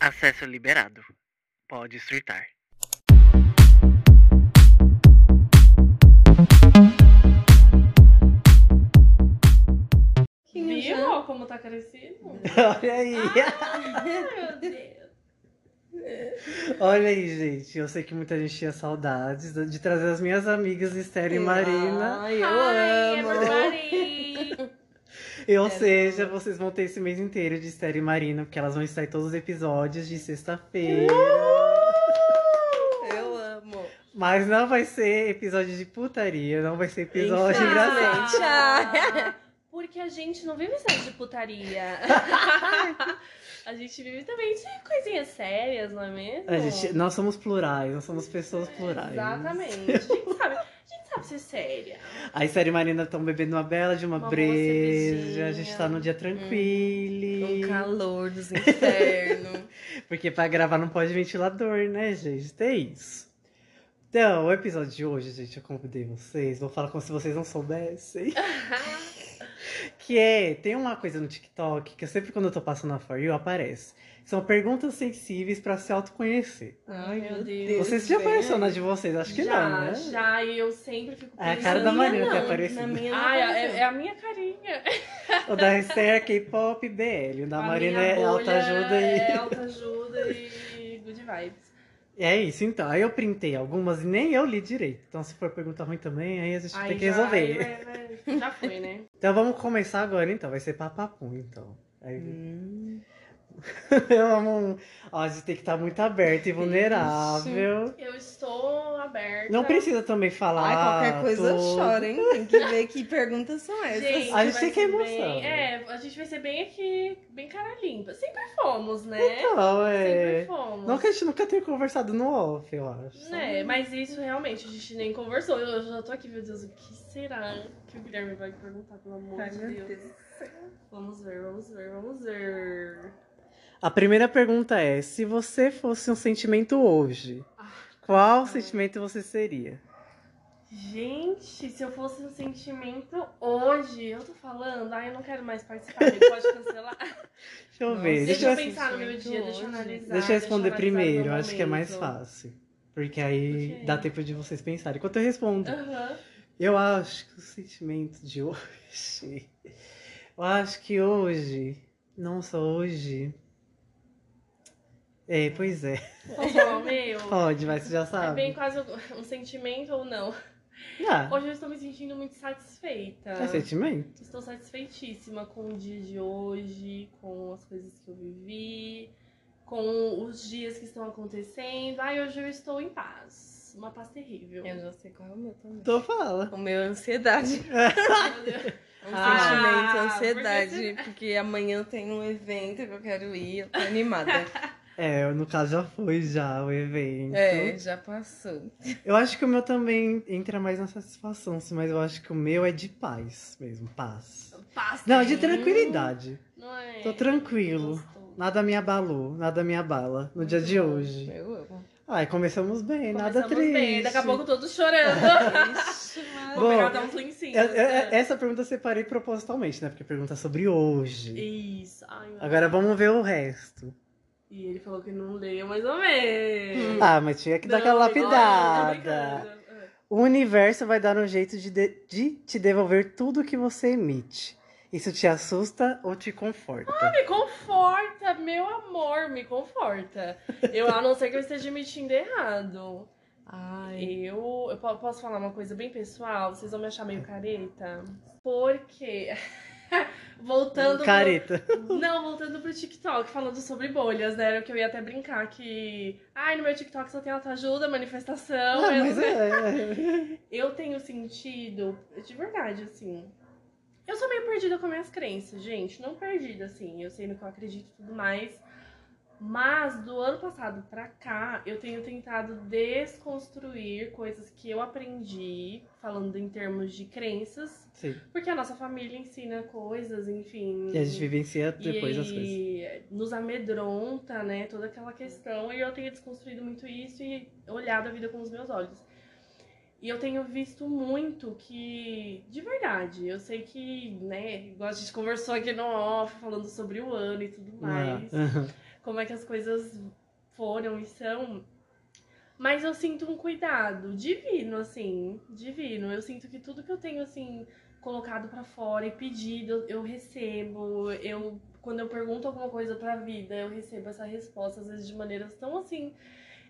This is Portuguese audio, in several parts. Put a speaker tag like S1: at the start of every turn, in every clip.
S1: Acesso liberado. Pode surtar.
S2: Que
S3: Viu
S2: nojento.
S3: como tá crescido?
S4: Olha aí.
S2: Ai, meu Deus.
S4: Olha aí, gente. Eu sei que muita gente tinha saudades de trazer as minhas amigas Esther e Marina.
S2: Ai, é eu
S3: Ai, é
S2: amo.
S3: everybody!
S4: Ou seja, vocês vão ter esse mês inteiro de Esther e Marina, porque elas vão estar em todos os episódios de sexta-feira.
S2: Eu amo.
S4: Mas não vai ser episódio de putaria, não vai ser episódio engraçado.
S2: Infelizmente.
S3: Ah, Porque a gente não vive só de putaria. a gente vive também de coisinhas sérias, não é mesmo?
S4: A gente, nós somos plurais, nós somos pessoas plurais.
S3: Exatamente. A gente sabe, a gente sabe ser séria.
S4: A Esther e Marina estão bebendo uma bela de uma,
S3: Uma boa
S4: breja,
S3: cervejinha.
S4: a gente tá num dia
S2: Um
S4: tranquilo.
S2: calor dos infernos.
S4: Porque pra gravar não pode ventilador, né, gente? Tem isso. Então, o episódio de hoje, gente, eu convidei vocês. Vou falar como se vocês não soubessem. que é, tem uma coisa no TikTok que eu sempre quando eu tô passando na For You aparece. São perguntas sensíveis pra se autoconhecer.
S2: Ai,
S3: Meu
S2: meu
S3: Deus.
S2: Deus.
S4: Vocês já
S2: velho.
S4: apareceram na de vocês? Acho que
S3: já,
S4: não, né?
S3: já, e eu sempre fico
S4: É a
S3: pensando.
S4: cara da
S2: Na
S4: Marina que
S2: minha,
S4: é
S2: não.
S4: parecida.
S2: Na minha não
S3: Ah, é,
S2: apareceu.
S3: é a minha carinha.
S4: O da Esther é K-pop BL. O da
S3: a
S4: Marina
S3: minha
S4: é
S3: bolha
S4: autoajuda e.
S3: É autoajuda e good vibes.
S4: É isso, então. Aí eu printei algumas e nem eu li direito. Então, se for pergunta ruim também, aí a gente
S3: Aí
S4: tem que
S3: já-
S4: resolver.
S3: aí vai- vai- já foi, né?
S4: Então vamos começar agora, então. Vai ser papapum, então. Aí-
S2: Hum.
S4: eu amo. um- Ó, a gente tem que estar muito aberto e vulnerável.
S3: Eu estou aberta.
S4: Não precisa também
S2: Ai,
S4: falar.
S2: qualquer coisa eu
S4: tudo.
S2: choro, hein? Tem que ver que perguntas são essas.
S3: Gente,
S4: A gente
S3: vai
S4: tem que
S3: ser
S4: emoção.
S3: bem- é, a gente vai ser bem aqui, bem cara limpa. Sempre fomos, né?
S4: Não,
S3: Sempre
S4: é.
S3: fomos.
S4: Não que a gente nunca tenha conversado no off, eu acho.
S3: Né, mas isso realmente, a gente nem conversou. Eu eu já tô aqui, meu Deus, o que será que o Guilherme vai perguntar, pelo amor
S2: Ai,
S3: de
S2: meu
S3: Deus.
S2: Deus.
S3: Vamos ver, vamos ver, vamos ver.
S4: A primeira pergunta é: se você fosse um sentimento hoje, qual sentimento você seria?
S3: Gente, se eu fosse um sentimento hoje, eu tô falando, ai, eu não quero mais participar, me pode cancelar.
S4: Deixa eu
S2: Nossa,
S4: ver.
S3: Deixa,
S4: Deixa,
S3: eu
S4: eu,
S3: pensar no meu dia,
S2: sentimento
S3: deixa eu
S2: hoje.
S3: analisar.
S4: deixa eu responder
S3: analisar no
S4: primeiro, eu acho que é mais
S3: momento.
S4: fácil. Porque aí
S3: Ok.
S4: dá tempo de vocês pensarem. Enquanto eu respondo.
S3: Aham.
S4: Eu acho que o sentimento de hoje. Eu acho que hoje. Nossa, hoje. É, pois é.
S3: Posso falar o meu?
S4: Pode, mas você já
S3: É
S4: sabe.
S3: bem quase um um sentimento ou não.
S4: Ah,
S3: Hoje né? eu estou me sentindo muito satisfeita.
S4: é sentimento?
S3: Estou satisfeitíssima com o dia de hoje, com as coisas que eu vivi, com os dias que estão acontecendo. Ai, hoje eu estou em paz. Uma paz terrível.
S2: Eu já sei qual é o meu também.
S4: Então fala.
S2: O meu é ansiedade.
S3: Meu Deus.
S2: É um
S4: Ah,
S2: sentimento,
S3: porque
S2: ansiedade. Porque amanhã tem um evento que eu quero ir, eu tô animada.
S4: É, no caso já foi já o evento.
S2: É, já passou.
S4: Eu acho que o meu também entra mais na satisfação, sim, mas eu acho que o meu é de paz mesmo, paz.
S3: Paz
S4: Não, de
S3: terrível.
S4: tranquilidade.
S3: Não é?
S4: Tô tranquilo.
S3: Gostoso.
S4: Nada me abalou, nada me abala no dia de hoje.
S2: Eu amo.
S4: Ai, começamos bem, nada
S3: Começamos
S4: triste. É
S3: bem, Daqui a pouco todos chorando.
S2: Ixi, Maria.
S3: Vou pegar
S4: Bom,
S3: até um flincinho.
S4: Eu- eu- É, essa pergunta eu separei propositalmente, né? Porque pergunta sobre hoje.
S3: Isso. Ai, meu
S4: é. Agora
S3: Deus.
S4: vamos ver o resto.
S3: E ele falou que não leu mais ou menos.
S4: Ah, mas tinha que dar
S3: Não,
S4: aquela
S3: tô brincando,
S4: lapidada.
S3: tô brincando.
S4: O universo vai dar um jeito de, de- de te devolver tudo que você emite. Isso te assusta ou te conforta?
S3: Me conforta, meu amor, me conforta. Eu, a não ser que eu esteja emitindo errado.
S2: Ai.
S3: Eu, eu po- posso falar uma coisa bem pessoal? Vocês vão me achar meio careta? Porque. voltando. pro-
S4: Careta.
S3: Não, voltando pro TikTok, falando sobre bolhas, né? Era o que eu ia até brincar que. Ai, no meu TikTok só tem autoajuda, manifestação.
S4: Ah,
S3: eu-
S4: mas é, é.
S3: eu tenho sentido, de verdade, assim. Eu sou meio perdida com minhas crenças, gente. Não perdida, assim. Eu sei no que eu acredito e tudo mais. Mas do ano passado pra cá, eu tenho tentado desconstruir coisas que eu aprendi, falando em termos de crenças,
S4: Sim.
S3: porque a nossa família ensina coisas, enfim.
S4: E a gente vivencia
S3: E
S4: depois as coisas.
S3: nos amedronta, né? Toda aquela questão. E eu tenho desconstruído muito isso e olhado a vida com os meus olhos. E eu tenho visto muito que, de verdade, eu sei
S4: é.
S3: que, né, igual a gente conversou aqui no off, falando sobre o ano e tudo mais.
S4: Ah, aham.
S3: como é que as coisas foram e são. Mas eu sinto um cuidado divino, assim, divino. Eu sinto que tudo que eu tenho, assim, colocado pra fora e pedido, eu- eu recebo. Eu, quando eu pergunto alguma coisa pra vida, eu recebo essa resposta, às vezes de maneiras tão assim.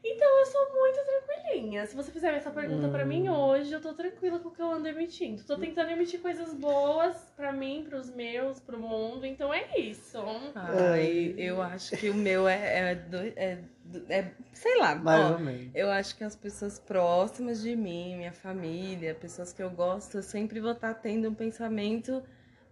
S3: Então eu sou muito tranquilinha. Se você fizer essa pergunta pra mim
S4: Hum.
S3: hoje, eu tô tranquila com o que eu ando emitindo. Tô tentando emitir coisas boas pra mim, pros meus, pro mundo. Então é isso.
S2: Ah, Ai, eu acho que o meu é, é, do- é do- é- sei lá,
S4: Mais
S2: ó,
S4: ou menos.
S2: eu acho que as pessoas próximas de mim, minha família, pessoas que eu gosto, eu sempre vou estar tendo um pensamento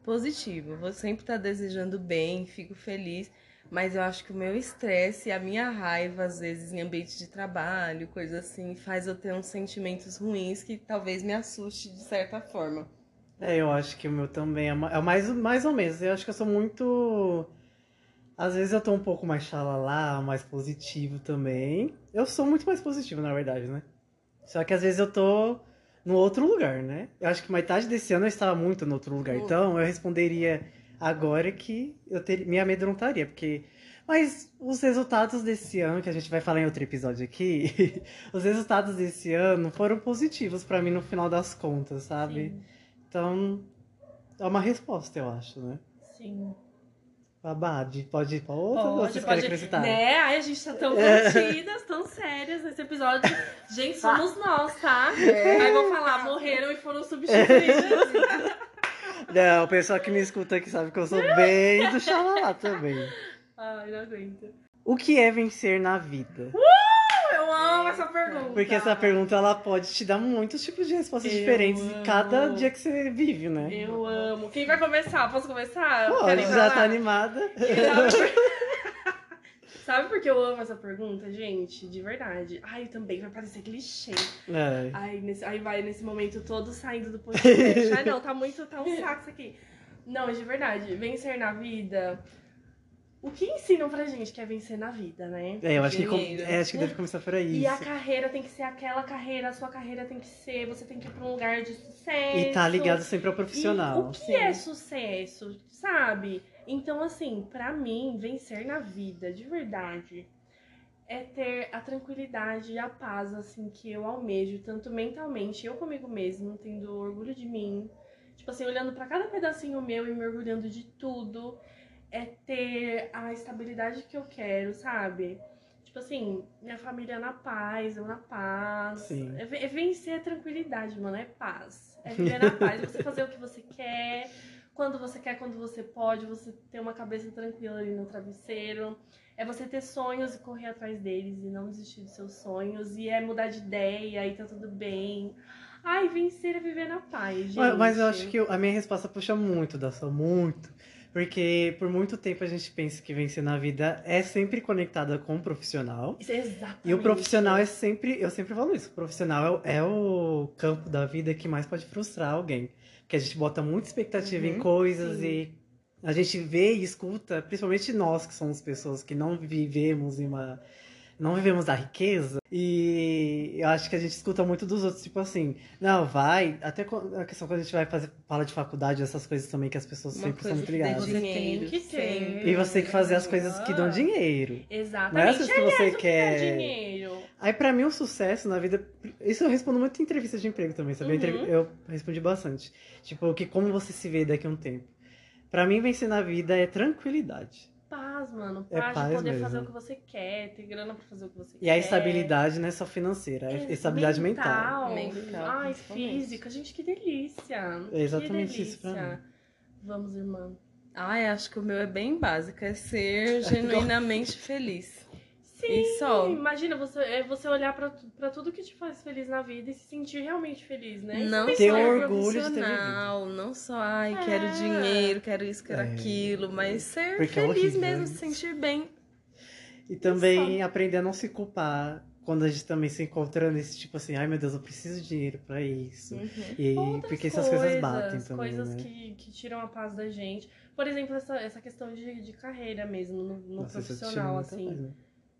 S2: positivo. Vou sempre estar desejando bem, fico feliz. Mas eu acho que o meu estresse, a minha raiva, às vezes, em ambiente de trabalho, coisa assim, faz eu ter uns sentimentos ruins que talvez me assuste de certa forma.
S4: É, eu acho que o meu também é ma- é mais, mais ou menos. Eu acho que eu sou muito. Às vezes eu tô um pouco mais xalalá, mais positivo também. Eu sou muito mais positivo, na verdade, né? Só que às vezes eu tô no outro lugar, né? Eu acho que metade desse ano eu estava muito no outro lugar.
S2: Hum.
S4: Então eu responderia agora que eu ter, me amedrontaria, porque. Mas os resultados desse ano, que a gente vai falar em outro episódio aqui, os resultados desse ano foram positivos pra mim no final das contas, sabe?
S3: Sim,
S4: Então, é uma resposta, eu acho, né?
S3: sim.
S4: Babade, pode ir pra outra ou
S3: Pode,
S4: vocês
S3: pode.
S4: querem acrescentar?
S3: Né? Ai, a gente tá tão curtidas, tão sérias nesse episódio. Gente,
S4: Ah.
S3: somos nós, tá?
S4: É.
S3: Aí vão falar, morreram e foram substituídas.
S4: Não, o pessoal que me escuta aqui sabe que eu sou bem do xalala também.
S3: Ai, não aguento.
S4: O que é vencer na vida?
S3: Eu amo essa pergunta.
S4: Porque essa pergunta ela pode te dar muitos tipos de respostas
S3: Eu
S4: diferentes em cada
S3: amo.
S4: dia que você vive, né?
S3: Eu amo. Quem vai começar? Posso começar? Eu
S4: Pode,
S3: quero
S4: já tá
S3: falar.
S4: animada.
S3: Sabe por que eu amo essa pergunta, gente? De verdade. Ai, também vai parecer clichê.
S4: É.
S3: Ai, nesse- aí vai nesse momento todo saindo do podcast. Ai, não, tá muito, tá um saco isso aqui. Não, de verdade, vencer na vida. O que ensinam pra gente que é vencer na vida, né?
S4: É, eu acho que, com-
S2: Dinheiro.
S4: é, acho que deve começar por aí.
S3: E a
S4: isso.
S3: carreira tem que ser aquela carreira, a sua carreira tem que ser, você tem que ir pra um lugar de sucesso.
S4: E tá ligado sempre ao
S3: E
S4: profissional.
S3: o que é sucesso, sabe? Então, assim, pra mim, vencer na vida, de verdade, é ter a tranquilidade e a paz, assim, que eu almejo, tanto mentalmente, eu comigo mesmo, tendo orgulho de mim. Tipo assim, olhando pra cada pedacinho meu e me orgulhando de tudo. É ter a estabilidade que eu quero, sabe? Tipo assim, minha família na paz, eu na paz.
S4: Sim.
S3: É, ve- é vencer a tranquilidade, mano, é paz. É viver na paz, você fazer o que você quer, quando você quer, quando você pode, você ter uma cabeça tranquila ali no travesseiro. É você ter sonhos e correr atrás deles e não desistir dos seus sonhos. E é mudar de ideia e tá tudo bem. Ai, vencer é viver na paz, gente.
S4: Mas- Mas eu acho que eu- a minha resposta puxa muito da sua, muito. Porque por muito tempo a gente pensa que vencer na vida é sempre conectada com o profissional.
S3: Isso é exatamente.
S4: E o profissional é sempre, eu sempre falo isso, o profissional é, o- é o campo da vida que mais pode frustrar alguém. Porque a gente bota muita expectativa em
S2: Uhum,
S4: coisas
S3: sim.
S4: e a gente vê e escuta, principalmente nós que somos pessoas que não vivemos em uma não vivemos da riqueza. E eu acho que a gente escuta muito dos outros, tipo assim, não, vai. Até quando- a questão quando a gente vai fazer, fala de faculdade, essas coisas também que as pessoas
S2: Uma
S4: sempre são
S2: coisa
S4: muito
S2: que dê
S4: ligadas.
S3: Você tem
S2: dinheiro,
S3: que ter.
S2: sempre.
S4: E você tem que fazer as coisas que dão dinheiro. Não é
S3: Exatamente.
S4: essas que você
S3: É
S4: quer.
S3: dinheiro.
S4: Aí, pra mim, o sucesso na vida. Isso eu respondo muito em entrevista de emprego também, sabe? Eu entrev-
S3: Uhum.
S4: Eu respondi bastante. Tipo, que como você se vê daqui a um tempo. Pra mim, vencer na vida é tranquilidade.
S3: Paz, mano.
S4: É
S3: Paz, de
S4: paz
S3: poder
S4: mesmo.
S3: fazer o que você quer, ter grana pra fazer o que você quer.
S4: E a estabilidade não é só financeira, é
S3: É
S4: estabilidade mental.
S2: Mental,
S3: Ai,
S2: principalmente.
S3: física. Gente, que delícia.
S4: É exatamente
S3: que delícia.
S4: isso pra mim.
S3: Vamos, irmã.
S2: Ai, acho que o meu é bem básico, é ser genuinamente feliz.
S3: Sim,
S2: E só?
S3: imagina você, é você olhar pra, tu- pra tudo que te faz feliz na vida e se sentir realmente feliz, né?
S2: Não
S3: Isso
S4: Ter
S2: só
S3: é
S4: orgulho
S2: profissional,
S4: de ter
S2: não só, ai,
S3: É.
S2: quero dinheiro, quero isso, quero
S4: É.
S2: aquilo, mas ser
S4: Porque é
S2: feliz
S4: horrível
S2: mesmo,
S4: isso.
S2: se sentir bem.
S4: E também aprender a não se culpar quando a gente também se encontra nesse tipo assim, ai meu Deus, eu preciso de dinheiro pra isso.
S2: Uhum.
S4: E
S3: Outras
S4: porque essas coisas batem também,
S3: coisas
S4: né?
S3: que, que tiram a paz da gente. Por exemplo, essa, essa questão de, de carreira mesmo, no, no
S4: Nossa, isso te
S3: profissional,
S4: muda
S3: assim.
S4: mais, né?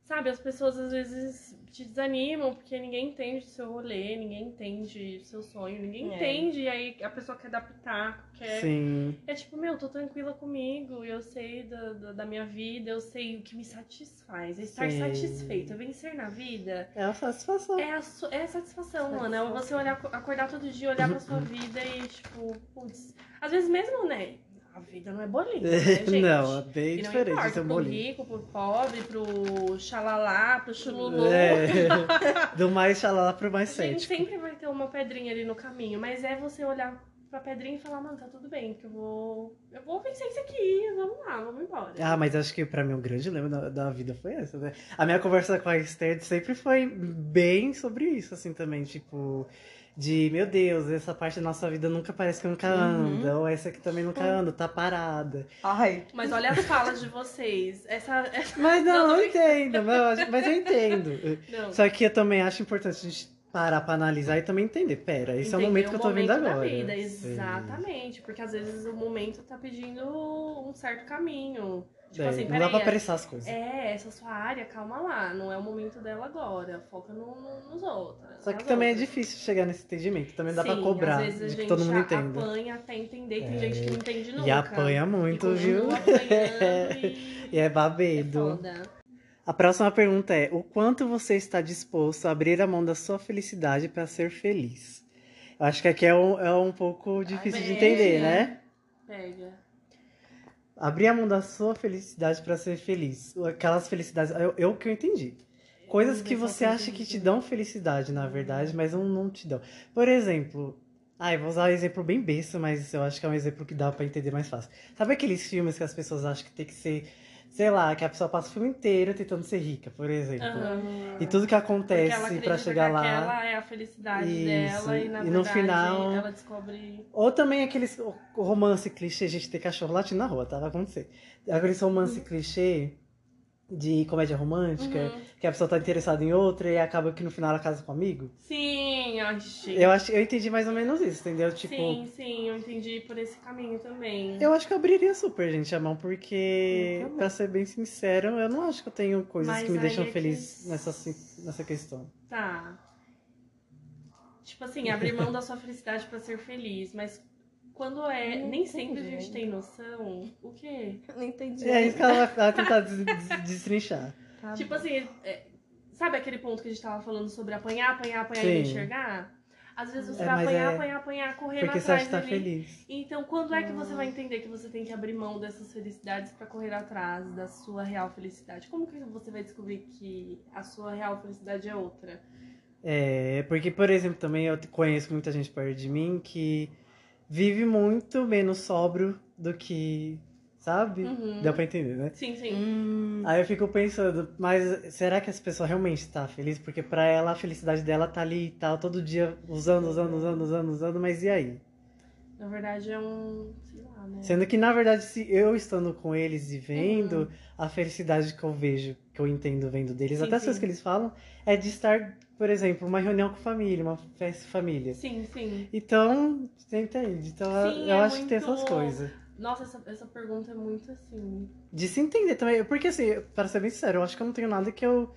S3: Sabe, as pessoas às vezes te desanimam porque ninguém entende o seu rolê, ninguém entende o seu sonho, ninguém
S2: É.
S3: entende. E aí a pessoa quer dar pitaco, quer.
S4: Sim.
S3: É tipo, meu, tô tranquila comigo, eu sei da, da, da minha vida, eu sei o que me satisfaz. É estar
S4: Sim.
S3: satisfeita, vencer na vida
S4: É uma satisfação.
S3: é a, su- é a satisfação, mano. É
S2: Satisfação.
S3: você olhar, acordar todo dia, olhar pra sua vida e, tipo, putz. Às vezes mesmo, né? A vida não é bolinha, né, gente?
S4: não, é bem
S3: E não
S4: diferente de
S3: importa
S4: ser um
S3: pro
S4: bolinho.
S3: rico, pro pobre, pro xalalá, pro chululu.
S4: É, do mais xalala pro mais
S3: a gente
S4: cético.
S3: sempre vai ter uma pedrinha ali no caminho, mas é você olhar pra pedrinha e falar, mano, tá tudo bem, que eu vou. Eu vou vencer isso aqui, vamos lá, vamos embora.
S4: Ah, mas acho que pra mim um grande lema da, da vida foi essa, né? A minha conversa com a Esther sempre foi bem sobre isso, assim, também, tipo... De, meu Deus, essa parte da nossa vida nunca parece que nunca
S2: Uhum.
S4: anda, ou essa aqui também
S3: É.
S4: nunca anda, tá parada.
S2: Ai.
S3: Mas olha as falas de vocês. Essa. essa-
S4: Mas não,
S3: Não, tô
S4: eu entendo, mas eu acho- mas eu entendo.
S3: Não.
S4: Só que eu também acho importante a gente parar pra analisar e também entender. Pera, esse é o
S3: Entender
S4: momento que eu tô vendo
S3: momento da
S4: agora. É.
S3: vida,
S4: Sim.
S3: exatamente. Porque às vezes o momento tá pedindo um certo caminho. Tipo
S4: É,
S3: assim,
S4: não dá
S3: peraí.
S4: pra
S3: É,
S4: apressar as coisas.
S3: é, essa sua área, calma lá. Não é o momento dela agora. Foca no, no- nos outros.
S4: Só que
S3: nas
S4: também é
S3: outras.
S4: difícil chegar nesse entendimento. Também dá pra
S3: Sim,
S4: cobrar.
S3: Às vezes a
S4: de que
S3: gente
S4: todo mundo
S3: a-
S4: entenda.
S3: apanha um até entender. Tem
S4: É,
S3: gente que não entende nunca.
S4: E apanha
S3: E
S4: muito,
S3: continua
S4: viu?
S3: apanhando e-
S4: E é
S3: É
S4: babedo.
S3: foda.
S4: a próxima pergunta é: O quanto você está disposto a abrir a mão da sua felicidade pra ser feliz? Eu acho que aqui é um, é um pouco difícil de
S3: bem,
S4: entender,
S3: né?
S4: né?
S3: Pega.
S4: Abrir a mão da sua felicidade pra ser feliz. Aquelas felicidades. Eu, eu que eu entendi. Coisas
S3: Uhum, Eu
S4: que
S3: não
S4: você
S3: faço
S4: acha que
S3: isso.
S4: te dão felicidade, na verdade, mas não, não te dão. Por exemplo. Ah, eu vou usar um exemplo bem besta, mas eu acho que é um exemplo que dá pra entender mais fácil. Sabe aqueles filmes que as pessoas acham que tem que ser. Sei lá, que a pessoa passa o filme inteiro tentando ser rica, por exemplo.
S2: tá.
S3: Aham.
S4: E tudo que
S3: Porque
S4: acontece
S3: ela acredita
S4: pra chegar
S3: que
S4: lá.
S3: Aquela é a felicidade
S4: Isso.
S3: dela e na
S4: E no
S3: verdade
S4: final-
S3: ela descobre.
S4: Ou também aqueles romance clichê, gente tem cachorro latindo na rua, tá? Vai acontecer. Aqueles romance clichê de comédia romântica,
S3: Uhum.
S4: que a pessoa tá interessada em outra e acaba que no final ela casa com um amigo.
S3: Sim, achei.
S4: Eu acho, eu entendi mais ou menos isso, entendeu? Tipo,
S3: Sim, sim, eu entendi por esse caminho também.
S4: eu acho que eu abriria super, gente, a mão, porque,
S2: Eu também.
S4: pra ser bem sincero, eu não acho que eu tenho coisas
S3: Mas
S4: que me
S3: aí
S4: deixam
S3: é que-
S4: feliz nessa, si- nessa questão.
S3: Tá. Tipo assim, abrir mão da sua felicidade pra ser feliz, mas quando é.
S2: Não
S3: Nem sempre a
S2: entendi
S3: gente tem noção. O quê?
S2: Não entendi.
S4: É isso que ela vai- vai tentar des- des- destrinchar.
S2: Tá
S3: Tipo
S2: bom.
S3: assim, é- sabe aquele ponto que a gente tava falando sobre apanhar, apanhar, apanhar e não
S4: Sim.
S3: enxergar? Às vezes você
S4: É,
S3: vai
S4: mas
S3: apanhar,
S4: é-
S3: apanhar, apanhar, correndo
S4: Porque você acha
S3: atrás
S4: que tá
S3: ali.
S4: feliz.
S3: Então, quando é que você
S4: Ah.
S3: vai entender que você tem que abrir mão dessas felicidades pra correr atrás da sua real felicidade? Como que você vai descobrir que a sua real felicidade é outra?
S4: É, porque, por exemplo, também eu conheço muita gente perto de mim que vive muito menos sóbrio do que, sabe?
S3: Uhum.
S4: Deu pra entender, né?
S3: Sim, sim.
S2: Hum,
S4: Aí eu fico pensando, mas será que essa pessoa realmente tá feliz? Porque pra ela a felicidade dela tá ali e tal, todo dia usando, usando, usando, usando, usando, mas e aí?
S3: Na verdade é um, sei lá, né?
S4: Sendo que, na verdade, se eu estando com eles e vendo, a felicidade que eu vejo, que eu entendo vendo deles,
S3: Uhum. Sim,
S4: até as
S3: sim.
S4: coisas que eles falam, é de estar, por exemplo, uma reunião com família, uma festa de família.
S3: Sim, sim.
S4: Então, você entende. Então, eu-
S3: Sim,
S4: eu
S3: é
S4: acho que tem
S3: muito-
S4: essas coisas.
S3: Nossa, essa, essa pergunta é muito assim.
S4: De se entender também. Porque, assim, para ser bem sincero, eu acho que eu não tenho nada que eu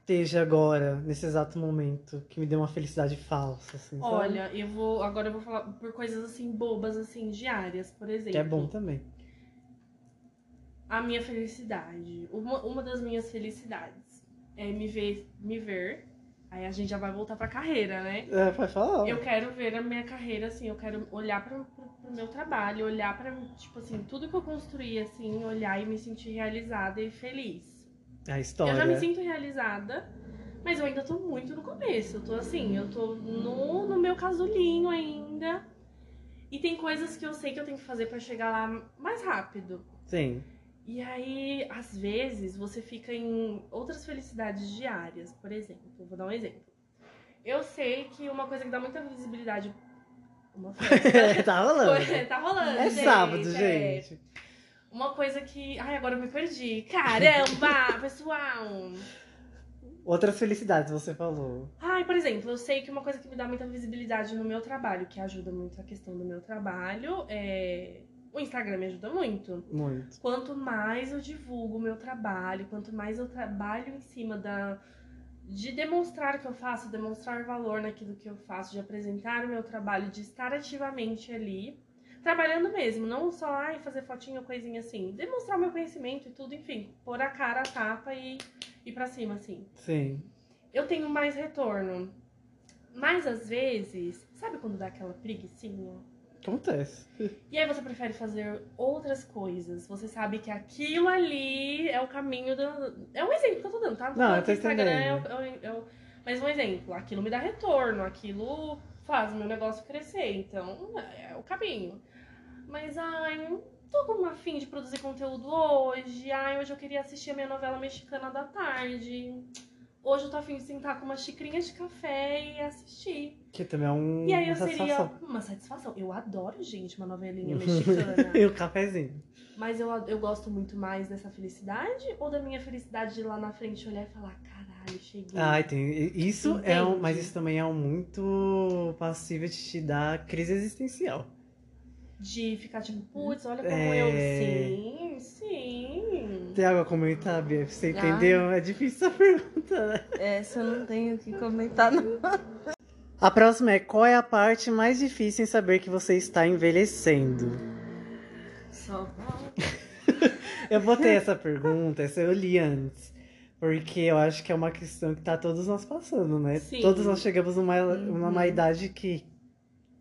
S4: esteja agora, nesse exato momento, que me dê uma felicidade falsa, assim, sabe?
S3: Olha, eu vou agora eu vou falar por coisas assim bobas assim diárias, por exemplo.
S4: Que é bom também.
S3: a minha felicidade. Uma, uma das minhas felicidades é me ver, me ver. Aí a gente já vai voltar pra carreira, né?
S4: É, vai falar.
S3: Eu quero ver a minha carreira assim, eu quero olhar para o meu trabalho, olhar pra, tipo assim, tudo que eu construí assim, olhar e me sentir realizada e feliz.
S4: É A história.
S3: Eu já me sinto realizada, mas eu ainda tô muito no começo. Eu tô assim, eu tô no, no meu casulinho ainda. E tem coisas que eu sei que eu tenho que fazer pra chegar lá mais rápido.
S4: Sim.
S3: E aí, às vezes, você fica em outras felicidades diárias, por exemplo. Vou dar um exemplo. Eu sei que uma coisa que dá muita visibilidade. Uma festa.
S4: tá rolando.
S3: tá rolando.
S4: É
S3: gente,
S4: sábado,
S3: é.
S4: gente.
S3: Uma coisa que. Ai, agora eu me perdi. Caramba, pessoal!
S4: Outras felicidades, você falou.
S3: Ai, por exemplo, eu sei que uma coisa que me dá muita visibilidade no meu trabalho, que ajuda muito a questão do meu trabalho, é O Instagram me ajuda muito.
S4: Muito.
S3: Quanto mais eu divulgo o meu trabalho, quanto mais eu trabalho em cima da de demonstrar o que eu faço, demonstrar valor naquilo que eu faço, de apresentar o meu trabalho, de estar ativamente ali, trabalhando mesmo, não só ai, fazer fotinho ou coisinha assim, demonstrar o meu conhecimento e tudo, enfim, pôr a cara a tapa e ir pra cima assim.
S4: Sim.
S3: Eu tenho mais retorno. Mas às vezes, sabe quando dá aquela preguiçinha?
S4: Acontece.
S3: E aí você prefere fazer outras coisas. Você sabe que aquilo ali é o caminho da. É um exemplo que eu tô dando, tá? tô
S4: Não,
S3: falando
S4: eu tô
S3: que o Instagram é o-
S4: entendendo.
S3: é o- é o- Mas um exemplo, aquilo me dá retorno, aquilo faz o meu negócio crescer. Então, é o caminho. Mas ai, não tô com uma fim de produzir conteúdo hoje. Ai, hoje eu queria assistir a minha novela mexicana da tarde. Hoje eu tô afim de sentar com uma xicrinha de café e assistir.
S4: Que também é um,
S3: E aí
S4: uma
S3: eu seria
S4: satisfação. Hum.
S3: uma satisfação. Eu adoro, gente, uma novelinha mexicana.
S4: E o cafezinho.
S3: Mas eu, eu gosto muito mais dessa felicidade ou da minha felicidade de ir lá na frente olhar e falar, caralho, cheguei.
S4: Ai, tem. Ah, e- Isso é um.
S3: Entende.
S4: Mas isso também é um muito passível de te dar crise existencial.
S3: De ficar tipo, putz, olha como
S4: É.
S3: eu. Sim, sim.
S4: Tem algo a comentar, Bia? tá Você entendeu? É difícil essa pergunta, né?
S2: Essa eu não tenho o que comentar, não.
S4: A próxima é qual é a parte mais difícil em saber que você está envelhecendo?
S2: Só
S4: Eu botei essa pergunta, essa eu li antes. Porque eu acho que é uma questão que tá todos nós passando, né?
S3: Sim.
S4: Todos nós chegamos numa,
S2: Uhum.
S4: numa idade que,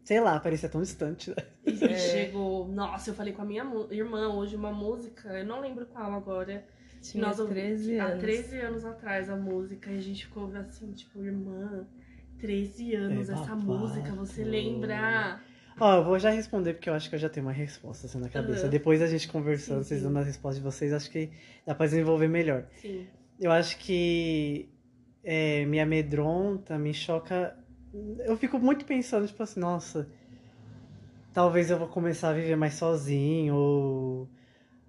S4: sei lá, parecia tão distante. né?
S3: E e chegou. Nossa, eu falei com a minha mu- irmã hoje uma música, eu não lembro qual agora.
S2: tinha
S3: Nós ouvimos
S2: 13
S3: Há
S2: anos.
S3: 13 anos atrás a música, e a gente ficou assim, tipo, irmã, 13 anos
S4: É
S3: essa
S4: babado.
S3: música, você lembra?
S4: Ó, eu vou já responder porque eu acho que eu já tenho uma resposta assim na cabeça.
S3: Aham.
S4: Depois a gente conversando,
S3: Sim,
S4: vocês
S3: sim.
S4: dando a resposta de vocês, acho que dá pra desenvolver melhor.
S3: Sim.
S4: Eu acho que é, me amedronta, me choca. Eu fico muito pensando, tipo assim, nossa, talvez eu vou começar a viver mais sozinho, ou,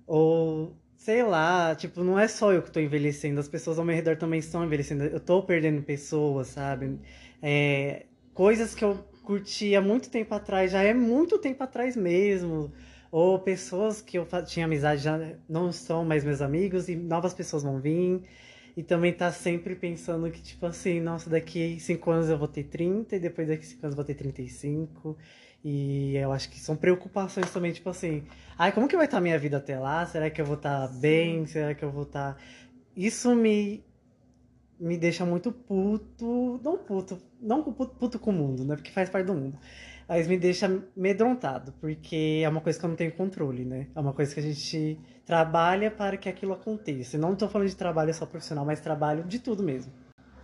S4: ou sei lá, tipo, não é só eu que tô envelhecendo, as pessoas ao meu redor também estão envelhecendo, eu tô perdendo pessoas, sabe? É, coisas que eu curtia muito tempo atrás, já é muito tempo atrás mesmo. Ou pessoas que eu fa- tinha amizade já não são mais meus amigos e novas pessoas vão vir. E também tá sempre pensando que, tipo assim, nossa, daqui 5 anos eu vou ter 30, e depois daqui 5 anos eu vou ter 35. E eu acho que são preocupações também, tipo assim, ai, como que vai estar minha vida até lá? Será que eu vou estar bem? Será que eu vou estar. Isso me. Me deixa muito puto. Não puto. Não com puto, puto com o mundo, né? Porque faz parte do mundo. Mas me deixa amedrontado, porque é uma coisa que eu não tenho controle, né? É uma coisa que a gente trabalha para que aquilo aconteça. Eu Não estou falando de trabalho só profissional, mas trabalho de tudo mesmo.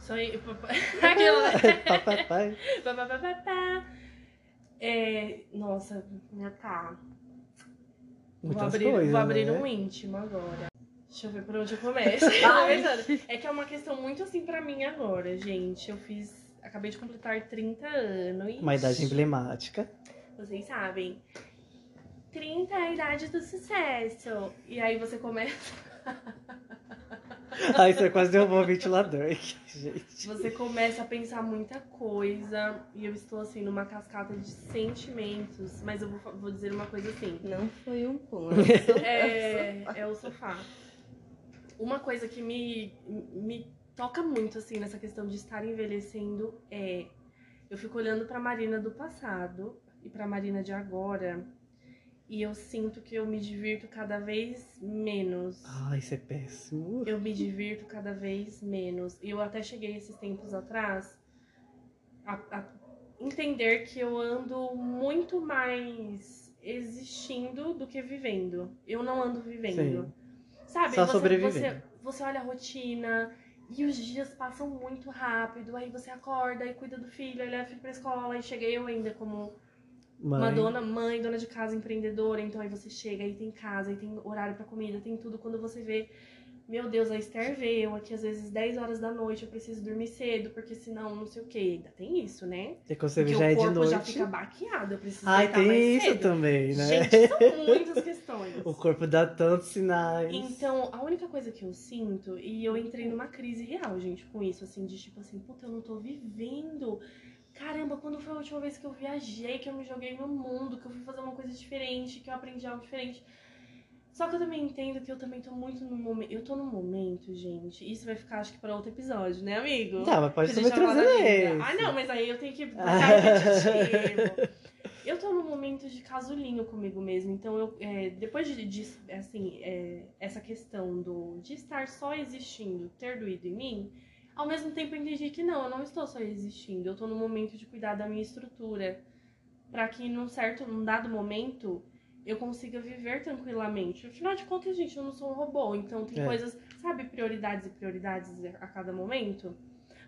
S3: Só aí. Aquela.
S4: Papapai.
S3: Pá, pá, pá, pá, pá. É, nossa, minha tá. Vou
S4: Muitas
S3: abrir,
S4: coisas,
S3: vou abrir
S4: né?
S3: um íntimo agora. Deixa eu ver por onde eu começo. Eu tava pensando. é que é uma questão muito assim pra mim agora, gente. Eu fiz. Acabei de completar 30 anos.
S4: Uma idade emblemática.
S3: Vocês sabem. 30 é a idade do sucesso. E aí você começa.
S4: Ai, você quase derrubou o ventilador aqui, gente.
S3: Você começa a pensar muita coisa. E eu estou assim numa cascata de sentimentos. Mas eu vou, fa- vou dizer uma coisa assim.
S2: Não foi um ponto.
S3: É, é o sofá. Uma coisa que me, me toca muito, assim, nessa questão de estar envelhecendo é. Eu fico olhando pra Marina do passado e pra Marina de agora. E eu sinto que eu me divirto cada vez menos.
S4: Ai, isso é péssimo.
S3: Eu me divirto cada vez menos. E eu até cheguei esses tempos atrás a, a entender que eu ando muito mais existindo do que vivendo. Eu não ando vivendo.
S4: Sim.
S3: Sabe?
S4: Só
S3: você,
S4: sobrevivendo.
S3: Você, você olha a rotina e os dias passam muito rápido. Aí você acorda e cuida do filho, aí leva o filho pra escola. E cheguei eu ainda como
S4: Mãe.
S3: uma dona, mãe, dona de casa, empreendedora, então aí você chega, aí tem casa, aí tem horário pra comida, tem tudo. Quando você vê, meu Deus, a Esther veio aqui às vezes 10 horas da noite, eu preciso dormir cedo, porque senão não sei o que. Ainda tem isso, né?
S4: E quando você vê,
S3: Porque
S4: já
S3: o
S4: é de
S3: corpo já
S4: noite.
S3: fica baqueado, eu preciso
S4: Ai,
S3: deitar mais
S4: tem isso
S3: cedo.
S4: também, né?
S3: Gente, são muitas questões.
S4: O corpo dá tantos sinais.
S3: Então, a única coisa que eu sinto, e eu entrei numa crise real, gente, com isso, assim, de tipo assim, puta, eu não tô vivendo. caramba, quando foi a última vez que eu viajei, que eu me joguei no mundo, que eu fui fazer uma coisa diferente, que eu aprendi algo diferente. Só que eu também entendo que eu também tô muito no momento. Eu tô no momento, gente. Isso vai ficar, acho que, pra outro episódio, né, amigo?
S4: Tá, mas pode
S3: Você
S4: também
S3: chamar
S4: trazer
S3: da
S4: esse.
S3: vida. Ah, não, mas aí eu tenho que ficar repetitivo. Eu tô num momento de casulinho comigo mesmo, então eu, é, depois de, de, assim, é, essa questão do, de estar só existindo, ter doído em mim, ao mesmo tempo eu entendi que não, eu não estou só existindo, eu tô num momento de cuidar da minha estrutura, pra que num certo, num dado momento, eu consiga viver tranquilamente. Afinal de contas, gente, eu não sou um robô, então tem
S4: É.
S3: coisas, sabe, prioridades e prioridades a cada momento.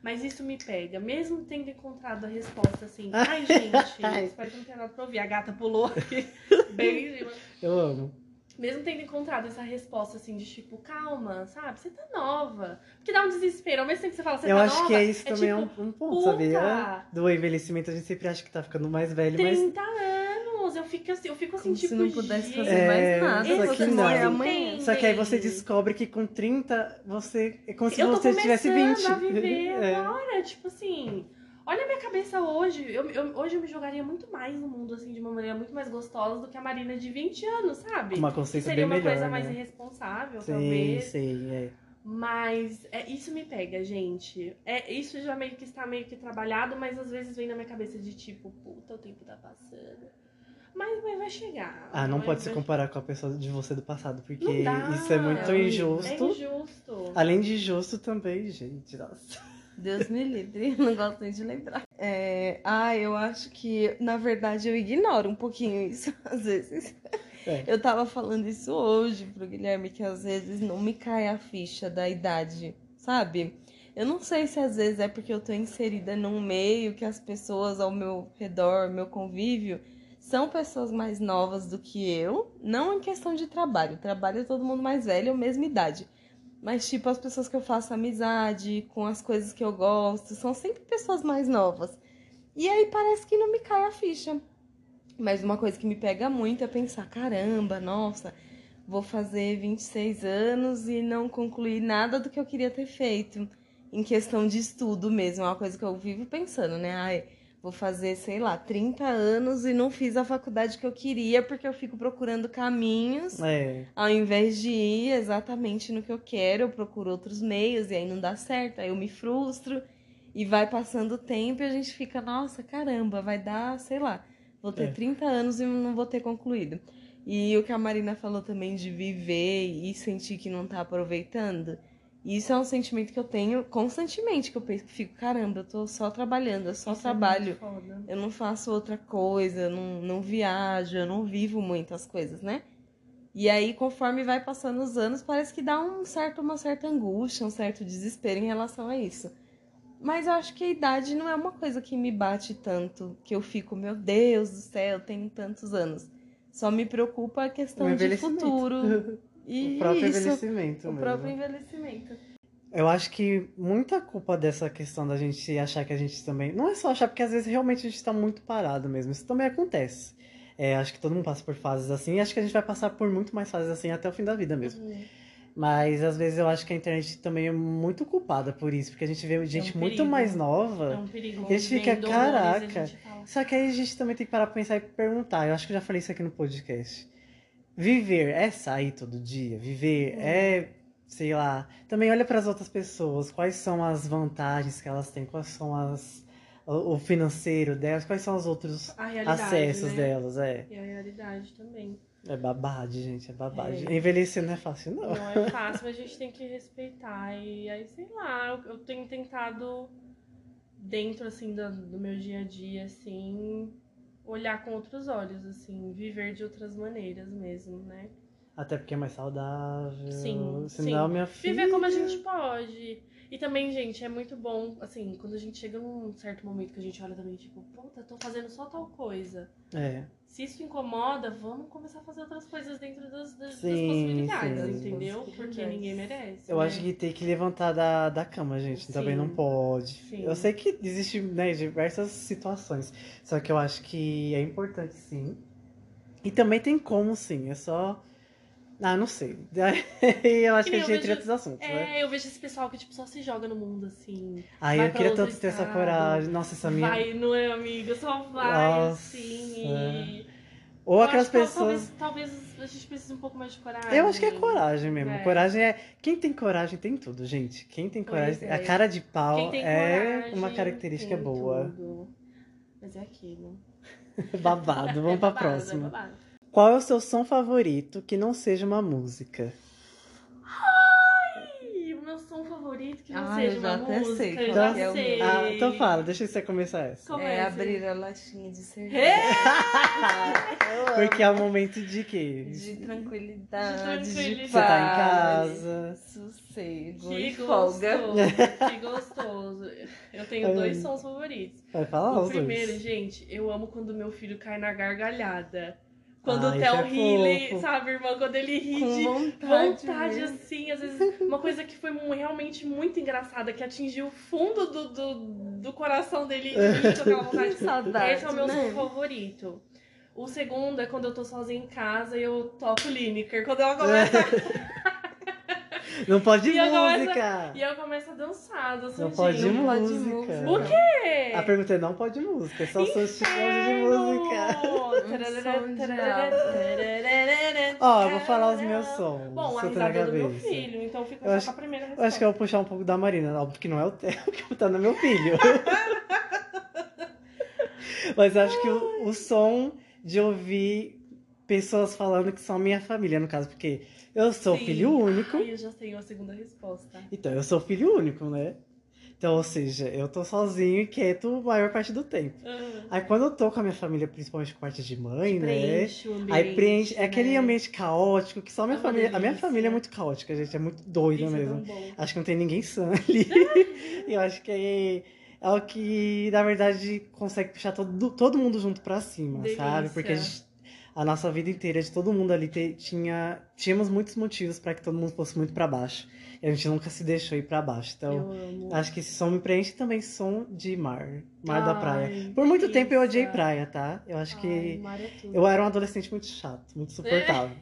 S3: Mas isso me pega, mesmo tendo encontrado a resposta assim. Ai, gente, espero que não tenha nada pra ouvir. A gata pulou aqui. Bem em cima.
S4: Eu amo.
S3: Mesmo tendo encontrado essa resposta assim de tipo, calma, sabe? Você tá nova. Porque dá um desespero. Ao mesmo tempo que você fala, você
S4: eu
S3: tá
S4: acho
S3: nova.
S4: que é isso
S3: é
S4: também é
S3: tipo,
S4: um, um ponto,
S3: puta,
S4: sabia? Do envelhecimento, a gente sempre acha que tá ficando mais velho, mas
S3: 30 anos. Eu fico assim, eu fico assim,
S2: Como
S3: tipo.
S2: se não pudesse
S3: gente,
S2: fazer
S4: É,
S2: mais nada.
S4: só
S2: você
S4: que não.
S2: morre amanhã.
S4: Só que aí você
S3: entende?
S4: descobre que com 30 você. É como se
S3: eu tô
S4: você tivesse
S3: começando
S4: 20.
S3: a viver
S4: É.
S3: agora, tipo assim. Olha a minha cabeça hoje. Eu, eu- hoje eu me jogaria muito mais no mundo, assim, de uma maneira muito mais gostosa do que a Marina de 20 anos, sabe?
S4: Com Uma consciência
S3: Seria
S4: é
S3: uma
S4: bem melhor.
S3: coisa mais
S4: né?
S3: irresponsável,
S4: Sim,
S3: talvez.
S4: sim, é.
S3: Mas é, isso me pega, gente. É, isso já meio que está meio que trabalhado, mas às vezes vem na minha cabeça de tipo, puta, o tempo tá passando. Mas, mas vai chegar.
S4: Ah, não
S3: Mas
S4: pode se
S3: vai-
S4: comparar com a pessoa de você do passado, porque
S3: Não dá.
S4: isso é muito
S3: É
S4: injusto.
S3: É injusto.
S4: Além de justo também, gente. Nossa.
S2: Deus me livre, não gosto nem de lembrar. É, ah, eu acho que, na verdade, eu ignoro um pouquinho isso às vezes.
S4: É.
S2: Eu tava falando isso hoje pro Guilherme, que às vezes não me cai a ficha da idade, sabe? Eu não sei se às vezes é porque eu tô inserida num meio que as pessoas ao meu redor, meu convívio, são pessoas mais novas do que eu. Não em questão de trabalho. Trabalho é todo mundo mais velho, ou mesma idade. Mas, tipo, as pessoas que eu faço amizade, com as coisas que eu gosto, são sempre pessoas mais novas. E aí parece que não me cai a ficha. Mas uma coisa que me pega muito é pensar: caramba, nossa, vou fazer 26 anos e não concluir nada do que eu queria ter feito. Em questão de estudo mesmo, é uma coisa que eu vivo pensando, né? Ai, vou fazer, sei lá, 30 anos e não fiz a faculdade que eu queria porque eu fico procurando caminhos.
S4: É.
S2: Ao invés de ir exatamente no que eu quero, eu procuro outros meios e aí não dá certo, aí eu me frustro e vai passando o tempo e a gente fica, nossa, caramba, vai dar, sei lá, vou ter
S4: É.
S2: 30 anos e não vou ter concluído. E o que a Marina falou também de viver e sentir que não tá aproveitando, isso é um sentimento que eu tenho constantemente, que eu penso, fico, caramba, eu tô só trabalhando, eu só
S3: Isso é muito
S2: trabalho.
S3: foda.
S2: Eu não faço outra coisa, eu não, não viajo, eu não vivo muitas coisas, né? E aí, conforme vai passando os anos, parece que dá um certo, uma certa angústia, um certo desespero em relação a isso. Mas eu acho que a idade não é uma coisa que me bate tanto, que eu fico, meu Deus do céu, eu tenho tantos anos. Só me preocupa a
S4: O
S2: questão de
S4: Um envelhecimento.
S2: futuro.
S4: O
S2: E
S4: próprio
S2: isso,
S4: envelhecimento
S2: o
S4: mesmo.
S2: próprio envelhecimento.
S4: Eu acho que muita culpa dessa questão da gente achar que a gente também. Não é só achar, porque às vezes realmente a gente tá muito parado mesmo. Isso também acontece. É, acho que todo mundo passa por fases assim, e acho que a gente vai passar por muito mais fases assim até o fim da vida mesmo. Mas às vezes eu acho que a internet também é muito culpada por isso, porque a gente vê gente muito
S3: perigo.
S4: mais
S3: É
S4: nova.
S3: um perigo.
S4: A gente fica,
S3: Vem dores, a gente
S4: caraca.
S3: fala,
S4: Só que aí a gente também tem que parar pra pensar e perguntar. Eu acho que eu já falei isso aqui no podcast. Viver é sair todo dia,
S3: Hum.
S4: viver é, sei lá. Também olha pras outras pessoas, quais são as vantagens que elas têm, quais são as o o financeiro delas, quais são os outros
S3: A realidade,
S4: acessos
S3: né?
S4: delas, é.
S3: E a realidade também.
S4: É babade, gente, é babade.
S3: É.
S4: Envelhecer não é fácil, não.
S3: Não é fácil, mas a gente tem que respeitar. E aí, sei lá, eu, eu tenho tentado, dentro, assim, da- do, meu dia a dia, assim, olhar com outros olhos, assim, viver de outras maneiras mesmo, né?
S4: Até porque é mais saudável.
S3: Sim,
S4: Senão,
S3: sim.
S4: minha filha.
S3: Viver como a gente pode. E também, gente, é muito bom, assim, quando a gente chega num certo momento que a gente olha também, tipo, puta, tô fazendo só tal coisa.
S4: É.
S3: Se isso incomoda, vamos começar a fazer outras coisas dentro das, das, das
S4: Sim,
S3: possibilidades,
S4: sim.
S3: entendeu? Porque ninguém merece.
S4: Eu
S3: né?
S4: acho que tem que levantar da, da cama, gente. Também
S3: Sim.
S4: não pode.
S3: Sim.
S4: Eu sei que existe, né, diversas situações. Só que eu acho que é importante, sim. E também tem como, sim. É só. né, Ah, não sei. Daí eu acho
S3: Que
S4: que a
S3: nem eu
S4: gente entra em
S3: vejo-
S4: outros assuntos, né?
S3: É, eu vejo esse pessoal que, tipo, só se joga no mundo, assim.
S4: Ai,
S3: vai
S4: eu
S3: pra
S4: queria
S3: outro
S4: tanto ter essa
S3: estado.
S4: coragem. Nossa, essa minha.
S3: Vai, não é, amiga? Só vai,
S4: Nossa. é.
S3: assim. E...
S4: Ou
S3: Eu
S4: aquelas
S3: acho que é tal-
S4: pessoas.
S3: Talvez, talvez a gente precise um pouco mais de coragem.
S4: Eu acho que é coragem mesmo.
S3: É.
S4: Coragem é. Quem tem coragem tem tudo, gente. Quem tem
S3: Pois
S4: coragem.
S3: é.
S4: A cara de pau
S3: Quem tem
S4: é
S3: coragem,
S4: uma característica
S3: tem
S4: boa.
S3: tudo. Mas é aquilo.
S4: babado. Vamos
S3: é
S4: pra
S3: babado, é
S4: próxima.
S3: babado.
S4: Qual é o seu som favorito que não seja uma música?
S3: Ih, o meu som favorito, que não
S2: Ah,
S3: seja
S2: eu já
S3: uma
S2: até
S3: música.
S2: sei
S3: eu
S2: qual
S3: já
S2: que é o
S3: sei.
S2: meu.
S4: Ah, então fala, deixa você começar essa.
S3: Como
S2: É
S3: esse?
S2: abrir a latinha de cerveja.
S3: É,
S4: Porque é um momento de quê?
S2: De tranquilidade, de,
S3: tranquilidade.
S4: Você
S2: paz,
S4: tá em casa.
S2: sossego
S3: que
S2: e folga.
S3: gostoso, que gostoso. Eu tenho dois
S4: Ai.
S3: sons favoritos.
S4: Vai falar
S3: O
S4: os
S3: primeiro,
S4: dois.
S3: gente, eu amo quando meu filho cai na gargalhada. Quando
S4: Ah,
S3: o
S4: isso
S3: Theo
S4: é
S3: ri, ele,
S4: fofo. né?
S3: sabe, irmã? Quando ele ri
S2: Com
S3: de
S2: vontade.
S3: vontade,
S2: mesmo.
S3: assim. Às vezes, uma coisa que foi mu- realmente muito engraçada, que atingiu o fundo do, do, do coração dele. e ele com aquela vontade.
S2: Saudade,
S3: Esse é o meu
S2: né?
S3: favorito. O segundo é quando eu tô sozinha em casa e eu toco Lineker. Quando ela começa
S4: Não pode
S3: E agora-
S4: música!
S3: E eu começo a dançar, dançar
S4: Não pode
S2: Não
S4: música.
S2: pode música.
S3: O
S4: A pergunta é: não pode música, é só seus tipos de música.
S2: som de
S4: Ó, eu vou falar os meus sons.
S3: Bom, a
S4: se eu tô na
S3: risada é do meu
S4: cabeça.
S3: filho, então fica
S4: Eu
S3: só
S4: acho-
S3: com a primeira
S4: Eu acho que
S3: resposta.
S4: eu vou puxar um pouco da Marina, óbvio que não é o Theo que tá no meu filho. Mas acho que o, o som de ouvir pessoas falando que são minha família, no caso, porque eu sou
S3: Sim.
S4: filho único,
S3: Ai, eu já tenho a segunda resposta.
S4: então eu sou filho único, né? Então, ou seja, eu tô sozinho e quieto a maior parte do tempo.
S3: Ah,
S4: Aí quando eu tô com a minha família, principalmente com parte de mãe, né?
S3: preenche o
S4: Aí preenche. É
S3: né?
S4: aquele ambiente caótico que só minha
S3: É uma
S4: família. A minha
S3: delícia.
S4: família é muito caótica, gente. É muito doida
S3: Isso é
S4: mesmo.
S3: tão bom.
S4: Acho que não tem ninguém sã ali. E eu acho que é, é o que, na verdade, consegue puxar todo, todo mundo junto pra cima,
S3: Delícia.
S4: sabe? Porque a, gente- a nossa vida inteira, de todo mundo ali, te- tinha, tínhamos muitos motivos pra que todo mundo fosse muito pra baixo. E a gente nunca se deixou ir pra baixo. Então,
S3: eu amo.
S4: acho que esse som me preenche e também som de mar. Mar da
S3: Ai,
S4: praia. Por muito tempo eu odiei
S3: delícia.
S4: praia, tá? Eu acho
S3: Ai,
S4: que.
S3: mar é tudo.
S4: Eu era um adolescente muito chato, muito suportável.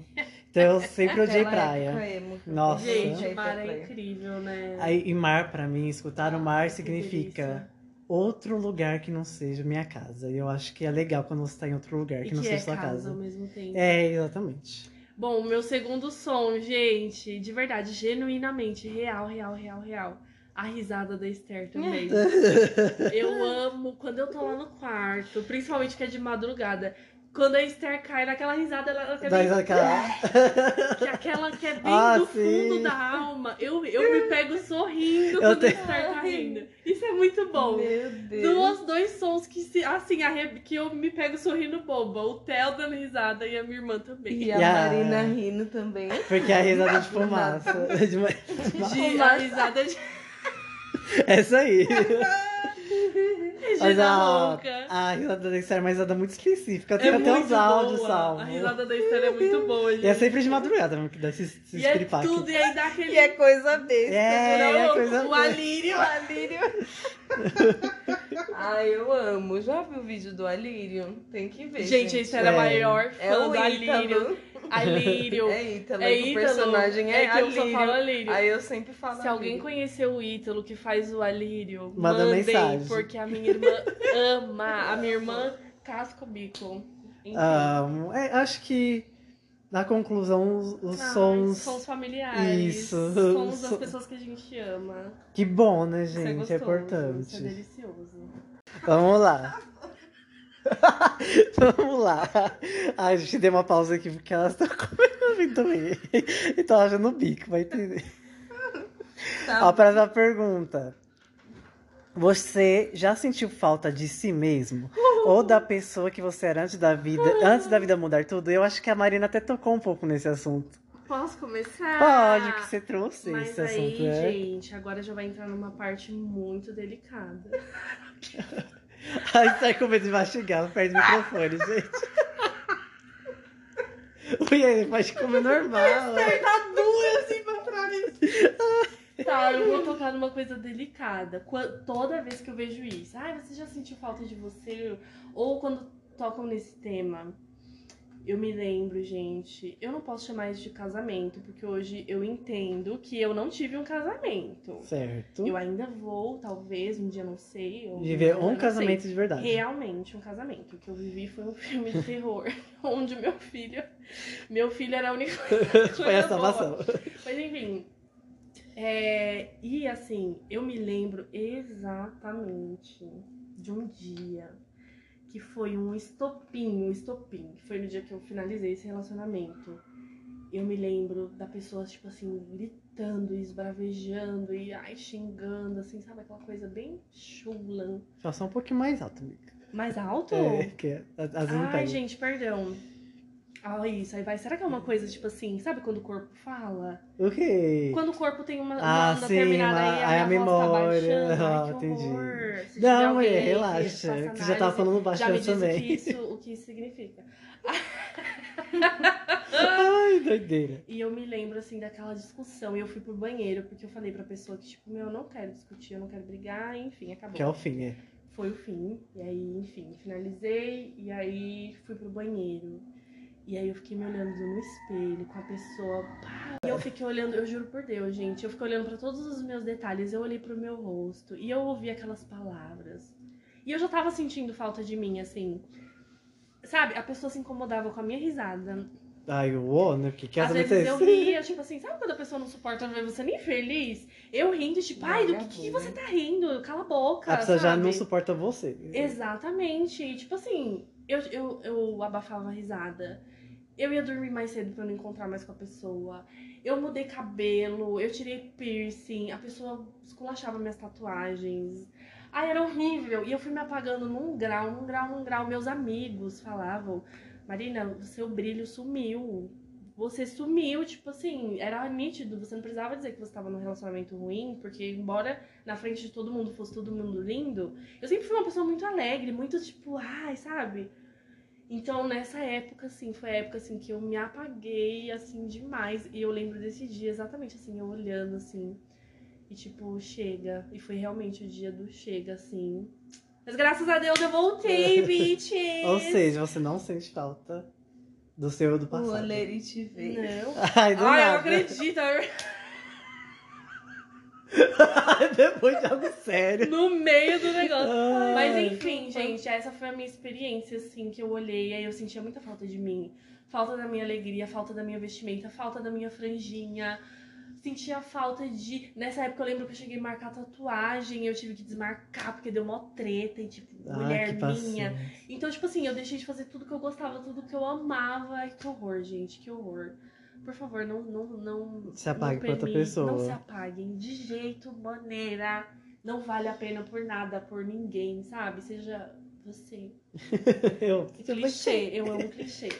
S4: Então eu sempre odiei
S2: Aquela
S4: praia.
S2: época emo que eu
S4: Nossa.
S2: também
S3: Gente,
S2: odiei
S3: o mar
S2: pra
S3: é
S2: praia.
S3: incrível, né?
S4: Aí, e mar, pra mim, escutar o mar
S3: Que
S4: significa outro lugar que não seja minha casa. E eu acho que é legal quando você tá em outro lugar
S3: delícia.
S4: que,
S3: E que
S4: não
S3: é
S4: seja sua
S3: casa ao
S4: casa.
S3: mesmo tempo.
S4: É, exatamente.
S3: Bom, o meu segundo som, gente, de verdade, genuinamente, real, real, real, real. A risada da Esther também. eu amo quando eu tô lá no quarto, principalmente que é de madrugada. Quando a Esther cai naquela risada, ela, ela quer
S4: Mas
S3: bem-
S4: aquela-
S3: que aquela que é bem
S4: Ah,
S3: do
S4: sim.
S3: fundo da alma. Eu, eu me pego sorrindo
S4: Eu
S3: quando
S4: tenho-
S3: a Esther tá rindo. Isso é muito bom.
S2: Ah, Meu Deus.
S3: Duas, dois sons que, se, assim, arre- que eu me pego sorrindo boba. O Theo dando risada e a minha irmã também.
S2: E a
S4: E a-
S2: Marina rindo também.
S4: Porque a risada de fumaça. É De ma-
S3: De, a risada de
S4: Essa É aí. Mas
S3: Gina
S4: a,
S3: louca.
S4: a risada da Esther é uma risada muito específica. Eu
S3: É
S4: tenho até
S3: muito
S4: uns áudios
S3: boa. A
S4: salvos.
S3: risada da Estela é muito boa, gente.
S4: E é sempre de madrugada mesmo que dá esses esses
S3: E é
S4: piripaque.
S3: tudo, e aí dá aquele...
S2: E é coisa besta.
S4: É,
S2: né?
S4: é coisa
S3: o alírio.
S2: O Alírio. Ai, Ah, eu amo. Já vi o vídeo do Alírio? Tem que ver.
S3: Gente, a Estela é a
S4: É.
S3: maior fã
S2: é o
S3: do alírio.
S2: Ítalo.
S3: Alírio.
S2: É Ítalo.
S3: É
S2: que o personagem é,
S3: que eu só
S2: Alírio.
S3: falo alírio.
S2: Aí eu sempre falo
S3: Se alguém
S2: Alírio.
S3: conheceu o Ítalo que faz o alírio,
S4: Manda
S3: mandem,
S4: mensagem.
S3: porque a minha irmã ama. A minha irmã casca o bico. Enfim.
S4: Amo. É, acho que na conclusão os, os
S3: Ah,
S4: sons.
S3: sons familiares.
S4: Isso.
S3: Sons das
S4: Som-
S3: pessoas que a gente ama.
S4: Que bom, né,
S3: Isso é
S4: gente?
S3: gostoso,
S4: é importante.
S3: Isso é delicioso.
S4: Vamos lá. Vamos lá. Ai, a gente deu uma pausa aqui porque elas estão comendo muito bem. E estão achando o bico, vai entender.
S2: Tá
S4: A próxima pergunta. Você já sentiu falta de si mesmo? Ou da pessoa que você era antes da vida, antes da vida mudar tudo? Eu acho que a Marina até tocou um pouco nesse assunto.
S3: Posso começar?
S4: Pode que você trouxe
S3: Ah, Mas
S4: esse
S3: aí,
S4: assunto, né?
S3: gente, agora já vai entrar numa parte muito delicada.
S4: Ai, sai com medo de mastigar, perde o microfone, gente. Ui, ele pode comer normal. né?
S2: dura assim pra trás.
S3: Tá, eu vou tocar numa coisa delicada. Qua- Toda vez que eu vejo isso, ai, você já sentiu falta de você? Ou quando tocam nesse tema, Eu me lembro, gente. Eu não posso chamar isso de casamento, porque hoje eu entendo que eu não tive um casamento.
S4: Certo.
S3: Eu ainda vou, talvez, um dia não sei. ou-
S4: Viver
S3: eu
S4: um
S3: não
S4: casamento
S3: sei.
S4: de verdade.
S3: Realmente um casamento. O que eu vivi foi um filme de terror, onde meu filho. Meu filho era a única coisa
S4: Foi a
S3: boa.
S4: salvação.
S3: Mas enfim. É, e assim, eu me lembro exatamente de um dia que foi um estopim, um estopim, que foi no dia que eu finalizei esse relacionamento. Eu me lembro da pessoa, tipo assim, gritando, esbravejando e ai, xingando, assim, sabe? Aquela coisa bem chula.
S4: Só só um pouquinho mais alto, amiga.
S3: Mais alto?
S4: É, porque às às vezes não
S3: Ai,
S4: pega.
S3: gente, perdão. Ah, isso, aí vai. Será que é uma coisa, tipo assim, sabe quando o corpo fala?
S4: O quê?
S3: Quando o corpo tem uma, uma
S4: Ah,
S3: onda
S4: sim,
S3: terminada
S4: mas
S3: aí,
S4: aí
S3: a,
S4: a
S3: minha voz
S4: memória.
S3: Tá baixando. Ai,
S4: Ah,
S3: que
S4: entendi.
S3: horror. Se tiver
S4: Não,
S3: alguém
S4: mulher,
S3: que
S4: relaxa. é
S3: faça
S4: Que você já tava
S3: análise,
S4: falando
S3: já me
S4: baixando
S3: diz O, que
S4: também.
S3: isso, o que isso significa.
S4: Ai, doideira.
S3: E eu me lembro, assim, daquela discussão. E eu fui pro banheiro, porque eu falei pra pessoa que, tipo, meu, eu não quero discutir, eu não quero brigar, enfim, acabou.
S4: Que é o fim, é.
S3: foi o fim. E aí, enfim, finalizei e aí fui pro banheiro. E aí eu fiquei me olhando no espelho com a pessoa. pá. E eu fiquei olhando, eu juro por Deus, gente, eu fiquei olhando pra todos os meus detalhes, eu olhei pro meu rosto e eu ouvi aquelas palavras. E eu já tava sentindo falta de mim, assim. Sabe, a pessoa se incomodava com a minha risada.
S4: Ai, o ó, né? Porque que
S3: Às
S4: casamento
S3: vezes
S4: é
S3: eu
S4: esse?
S3: ria, tipo assim, sabe quando a pessoa não suporta ver você nem feliz? Eu rindo, tipo, ai, do que, que você tá rindo? Cala a boca.
S4: A pessoa já
S3: sabe?
S4: não suporta você.
S3: Exatamente. E, Tipo assim, eu, eu, eu abafava a risada. Eu ia dormir mais cedo pra não encontrar mais com a pessoa. Eu mudei cabelo, eu tirei piercing, a pessoa esculachava minhas tatuagens. Ai, era horrível. E eu fui me apagando num grau, num grau, num grau. Meus amigos falavam, Marina, o seu brilho sumiu. Você sumiu, tipo assim, era nítido. Você não precisava dizer que você estava num relacionamento ruim, porque embora na frente de todo mundo fosse todo mundo lindo, eu sempre fui uma pessoa muito alegre, muito tipo, ai, sabe? Então, nessa época, assim, foi a época, assim, que eu me apaguei, assim, demais. E eu lembro desse dia, exatamente, assim, eu olhando, assim, e tipo, chega. E foi realmente o dia do chega, assim. Mas graças a Deus eu voltei, bitches!
S4: É. Ou seja, você não sente falta do seu do
S2: O
S4: passado.
S2: olheiro te vê.
S3: Não.
S4: Ai, do
S3: Ai, eu
S4: nada.
S3: não acredito.
S4: Depois de algo sério.
S3: No meio do negócio.
S4: Ai.
S3: Mas enfim, gente, essa foi a minha experiência, assim, que eu olhei, aí eu sentia muita falta de mim. Falta da minha alegria, falta da minha vestimenta, falta da minha franjinha. Sentia falta de. Nessa época eu lembro que eu cheguei a marcar tatuagem, eu tive que desmarcar porque deu mó treta e, tipo,
S4: Ai,
S3: mulher
S4: que
S3: minha.
S4: paciência.
S3: Então, tipo assim, eu deixei de fazer tudo que eu gostava, tudo que eu amava. Ai, que horror, gente, que horror. Por favor, não. não, não
S4: Se apague
S3: não
S4: pra outra
S3: permi-
S4: pessoa.
S3: Não se apaguem de jeito, maneira. Não vale a pena por nada, por ninguém, sabe? Seja você. É
S4: Eu.
S3: clichê, eu amo clichê.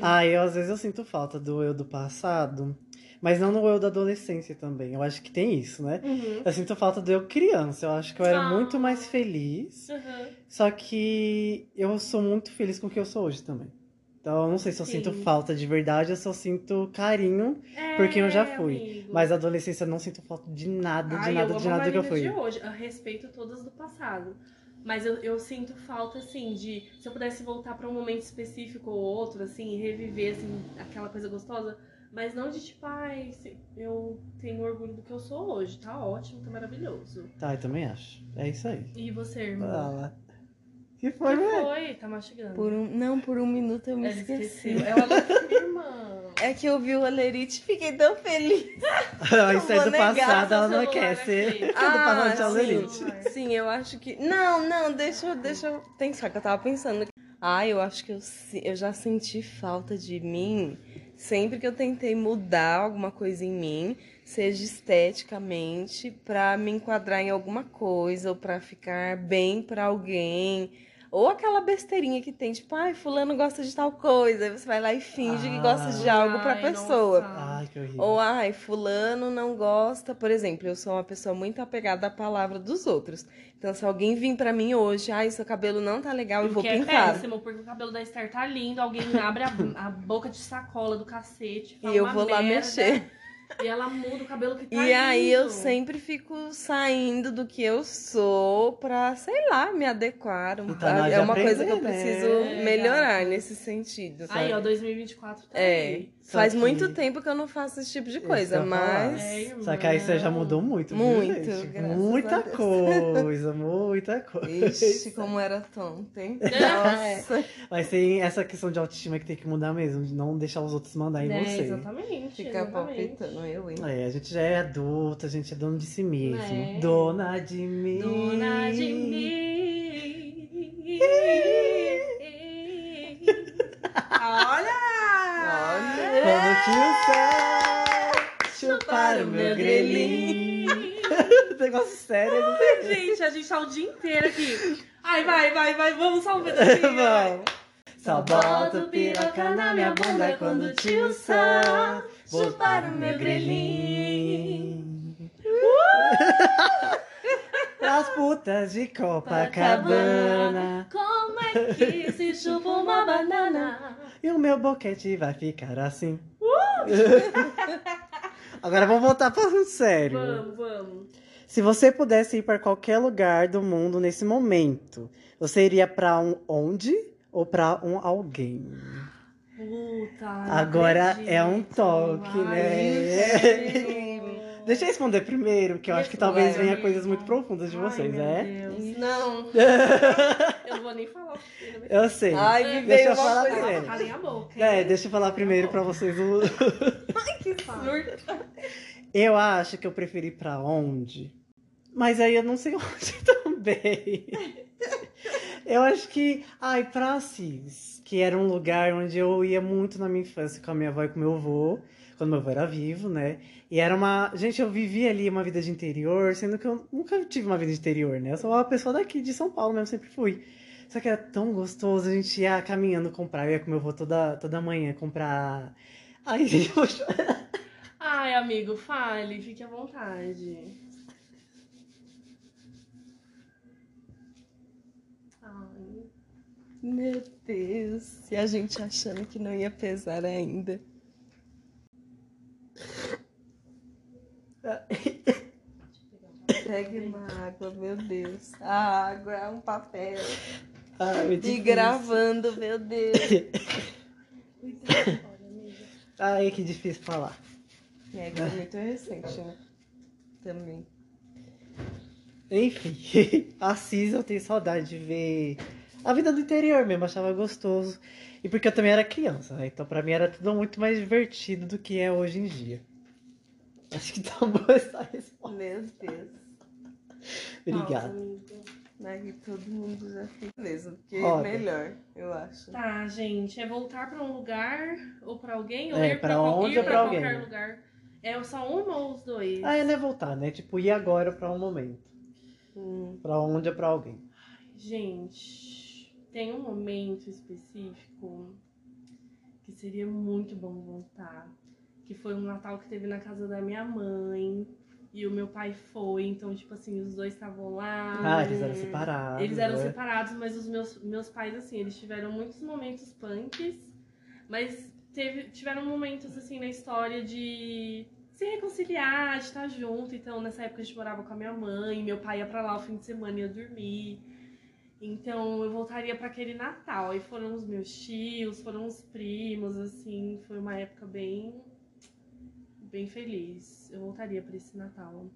S4: Ah, eu às vezes eu sinto falta do eu do passado, mas não no eu da adolescência também. Eu acho que tem isso, né?
S3: Uhum.
S4: Eu sinto falta do eu criança. Eu acho que eu era
S3: Ah.
S4: muito mais feliz.
S3: Uhum.
S4: Só que eu sou muito feliz com o que eu sou hoje também. Então, eu não sei se eu sinto
S3: Sim.
S4: falta de verdade, eu só sinto carinho. Porque eu já
S3: É,
S4: fui,
S3: amigo.
S4: Mas na adolescência eu não sinto falta de nada, de
S3: Ai,
S4: nada,
S3: eu
S4: de
S3: amo a
S4: nada do que eu fui.
S3: Marina de hoje. Eu respeito todas do passado. Mas eu, eu sinto falta, assim, de se eu pudesse voltar pra um momento específico ou outro, assim, e reviver, assim, aquela coisa gostosa. Mas não de tipo, ai, se- eu tenho orgulho do que eu sou hoje. Tá ótimo, tá maravilhoso.
S4: Tá, eu também acho. É isso aí.
S3: E você,
S4: Ah,
S3: irmã?
S4: lá. Que
S3: O
S4: foi,
S3: que
S4: né?
S3: foi? Tá mastigando.
S2: Por um... Não, por um minuto eu me
S3: Ela esqueceu.
S2: esqueci.
S3: Ela não minha irmã.
S2: É que eu vi o Olerite e fiquei tão feliz.
S4: Isso aí
S2: vou
S4: do
S2: negar
S4: passado
S2: seu
S4: ela não
S3: celular
S4: quer
S3: aqui.
S4: ser. Do
S2: Ah,
S4: passado de Alerite.
S3: sim. Olerite.
S2: Sim, eu acho que. Não, não, deixa, eu- deixa eu pensar, que eu tava pensando. Ah, eu acho que eu, se- eu já senti falta de mim sempre que eu tentei mudar alguma coisa em mim, seja esteticamente, pra me enquadrar em alguma coisa, ou pra ficar bem pra alguém. Ou aquela besteirinha que tem, tipo, ai, fulano gosta de tal coisa. Aí você vai lá e finge que gosta de é algo pra
S3: Ah. Ai,
S2: pessoa.
S3: nossa.
S4: Ai, que horrível.
S2: Ou, ai, fulano não gosta. Por exemplo, eu sou uma pessoa muito apegada à palavra dos outros. Então, se alguém vir pra mim hoje, ai, seu cabelo não tá legal, eu
S3: O
S2: vou
S3: que é
S2: pintar.
S3: péssimo, porque o cabelo da Esther tá lindo, alguém abre a, a boca de sacola do cacete. fala
S2: e eu
S3: uma
S2: vou lá
S3: merda.
S2: mexer.
S3: E ela muda o cabelo que tá
S2: E aí eu
S3: lindo.
S2: sempre fico saindo do que eu sou pra, sei lá, me adequar. um-
S4: Tá na hora de
S2: é uma coisa que eu
S4: aprender, né?
S2: preciso
S3: É,
S2: melhorar nesse sentido.
S3: Aí, ó, 2024 tá
S2: É,
S3: aí.
S4: Só
S2: faz
S4: que-
S2: muito tempo que eu não faço esse tipo de
S4: Isso
S2: coisa,
S4: que eu ia falar.
S2: mas
S3: É, irmã.
S4: Só que aí você já mudou muito, viu,
S2: Muito,
S4: gente?
S2: graças a
S4: Muita
S2: Deus.
S4: coisa, muita coisa.
S2: Ixi, como era tonta, hein?
S3: É.
S2: Nossa,
S4: Mas tem essa questão de autoestima que tem que mudar mesmo, de não deixar os outros mandar em
S3: né?
S4: você.
S3: Exatamente.
S2: ficar
S3: exatamente.
S2: palpitando eu, hein?
S4: É, a gente já é adulta, a gente é dono de si mesmo.
S3: É.
S4: Dona de mim.
S3: Dona de mim. Olha!
S4: Quando que o céu chupar o meu
S3: meu
S4: grelhinho. Negócio sério. né?
S3: Gente, a gente tá o dia inteiro aqui. Ai, vai, vai, vai, vamos só um pedacinho. vai.
S4: Vamos. Só bota o piroca na minha bunda quando o tio Sam chupar o meu grelhinho. As putas de Copacabana
S3: Como é que se chupa uma banana?
S4: e o meu boquete vai ficar assim. Agora vamos voltar falando sério.
S3: Vamos, vamos.
S4: Se você pudesse ir para qualquer lugar do mundo nesse momento, você iria para um onde ou para um alguém?
S3: Puta.
S4: Agora é um toque, né?
S3: né?
S4: Deixa eu responder primeiro, porque eu acho que talvez venha coisas muito profundas de vocês, né?
S2: Não.
S3: Eu vou nem falar. porque ele vai-
S4: Eu sei.
S2: Ai,
S3: É,
S2: me
S4: deixa
S2: veio
S4: eu
S2: uma
S4: falar
S2: coisa.
S4: primeiro.
S3: Calem a boca. hein?
S4: É, deixa eu falar primeiro para vocês. o-
S3: que fala.
S2: Surto.
S4: Eu acho que eu preferi pra onde, mas aí eu não sei onde também. Eu acho que, ai, pra Assis, que era um lugar onde eu ia muito na minha infância com a minha avó e com meu avô, quando meu avô era vivo, né? E era uma. Gente, eu vivia ali uma vida de interior, sendo que eu nunca tive uma vida de interior, né? Eu sou uma pessoa daqui de São Paulo mesmo, sempre fui. Só que era tão gostoso, a gente ia caminhando comprar, eu ia com meu avô toda, toda manhã comprar. Ai, gente, eu vou
S3: Ai, amigo, fale, fique à vontade. Ai.
S2: Meu Deus. E a gente achando que não ia pesar ainda. Pegue uma água, meu Deus. A água é um papel.
S4: Ai, meu
S2: E
S4: Deus.
S2: gravando, meu Deus.
S4: Ai, que difícil falar.
S2: É, que é muito recente, né? Também.
S4: Enfim, Assis eu tenho saudade de ver a vida do interior mesmo, achava gostoso. E porque eu também era criança, né? Então pra mim era tudo muito mais divertido do que é hoje em dia. Acho que tá boa essa resposta.
S2: Meu Deus.
S4: Obrigado.
S3: Nossa, amigo.
S2: Daqui todo mundo já fica mesmo. Porque
S4: Olha.
S2: é melhor, eu acho.
S3: Tá, gente, é voltar pra um lugar ou pra alguém? Ou
S4: É,
S3: ir pra,
S4: pra
S3: qual-
S4: onde
S3: ir
S4: ou pra
S3: qualquer
S4: alguém?
S3: lugar? É só uma ou os dois?
S4: Ah, é, né? Voltar, né? Tipo, ir agora pra um momento.
S2: Hum.
S4: Pra onde ou pra alguém.
S3: Gente, tem um momento específico que seria muito bom voltar. Que foi um Natal que teve na casa da minha mãe. E o meu pai foi, então, tipo assim, os dois estavam lá.
S4: Ah, eles eram separados.
S3: é. Eles eram
S4: né?
S3: separados, mas os meus, meus pais, assim, eles tiveram muitos momentos punks, mas teve, tiveram momentos, assim, na história de se reconciliar, de estar junto. Então, nessa época, a gente morava com a minha mãe, meu pai ia pra lá o fim de semana e ia dormir. Então, eu voltaria pra aquele Natal. Aí foram os meus tios, foram os primos, assim, foi uma época bem. Bem feliz. Eu voltaria pra esse Natal.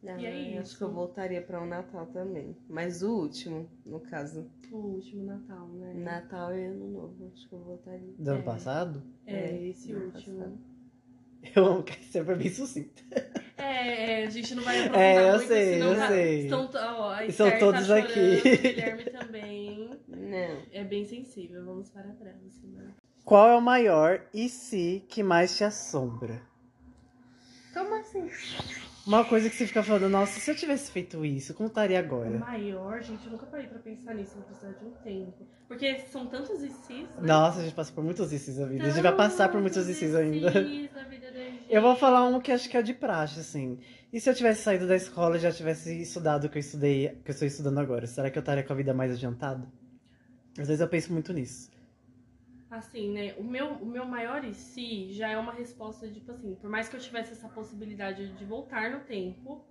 S3: E é
S2: Ah,
S3: isso.
S2: Acho que eu voltaria pra um Natal também. Mas o último, no caso.
S3: O último Natal, né?
S2: Natal e Ano Novo, acho que eu voltaria.
S4: Do ano
S3: É.
S4: passado?
S3: É, esse
S2: ano
S3: último.
S2: passado.
S4: Eu amo que isso é pra mim sucinto.
S3: É, é, a gente não vai aprofundar
S4: É, eu
S3: muito,
S4: sei,
S3: senão
S4: eu
S3: tá-
S4: sei.
S3: Estão, t- ó, a
S4: Estão
S3: Esther
S4: todos
S3: tá chorando,
S4: aqui.
S3: O Guilherme também
S2: Não.
S3: é bem sensível. Vamos para a próxima.
S4: Qual é o maior e se que mais te assombra?
S2: Como assim?
S4: Uma coisa que você fica falando, nossa, se eu tivesse feito isso, como estaria
S3: O
S4: agora?
S3: maior, gente, eu nunca parei pra pensar nisso. Vou precisar de um tempo. Porque são tantos ICs, né?
S4: Nossa, a gente passa por muitos ICs da vida. A gente vai passar por muitos
S3: Tantos
S4: ICs ainda.
S3: ICs na vida da gente.
S4: Eu vou falar um que acho que é de praxe, assim. E se eu tivesse saído da escola e já tivesse estudado o que eu estudei, que eu estou estudando agora, será que eu estaria com a vida mais adiantada? Às vezes eu penso muito nisso.
S3: assim, né? O meu, o meu maior e si já é uma resposta, tipo assim, por mais que eu tivesse essa possibilidade de voltar no tempo,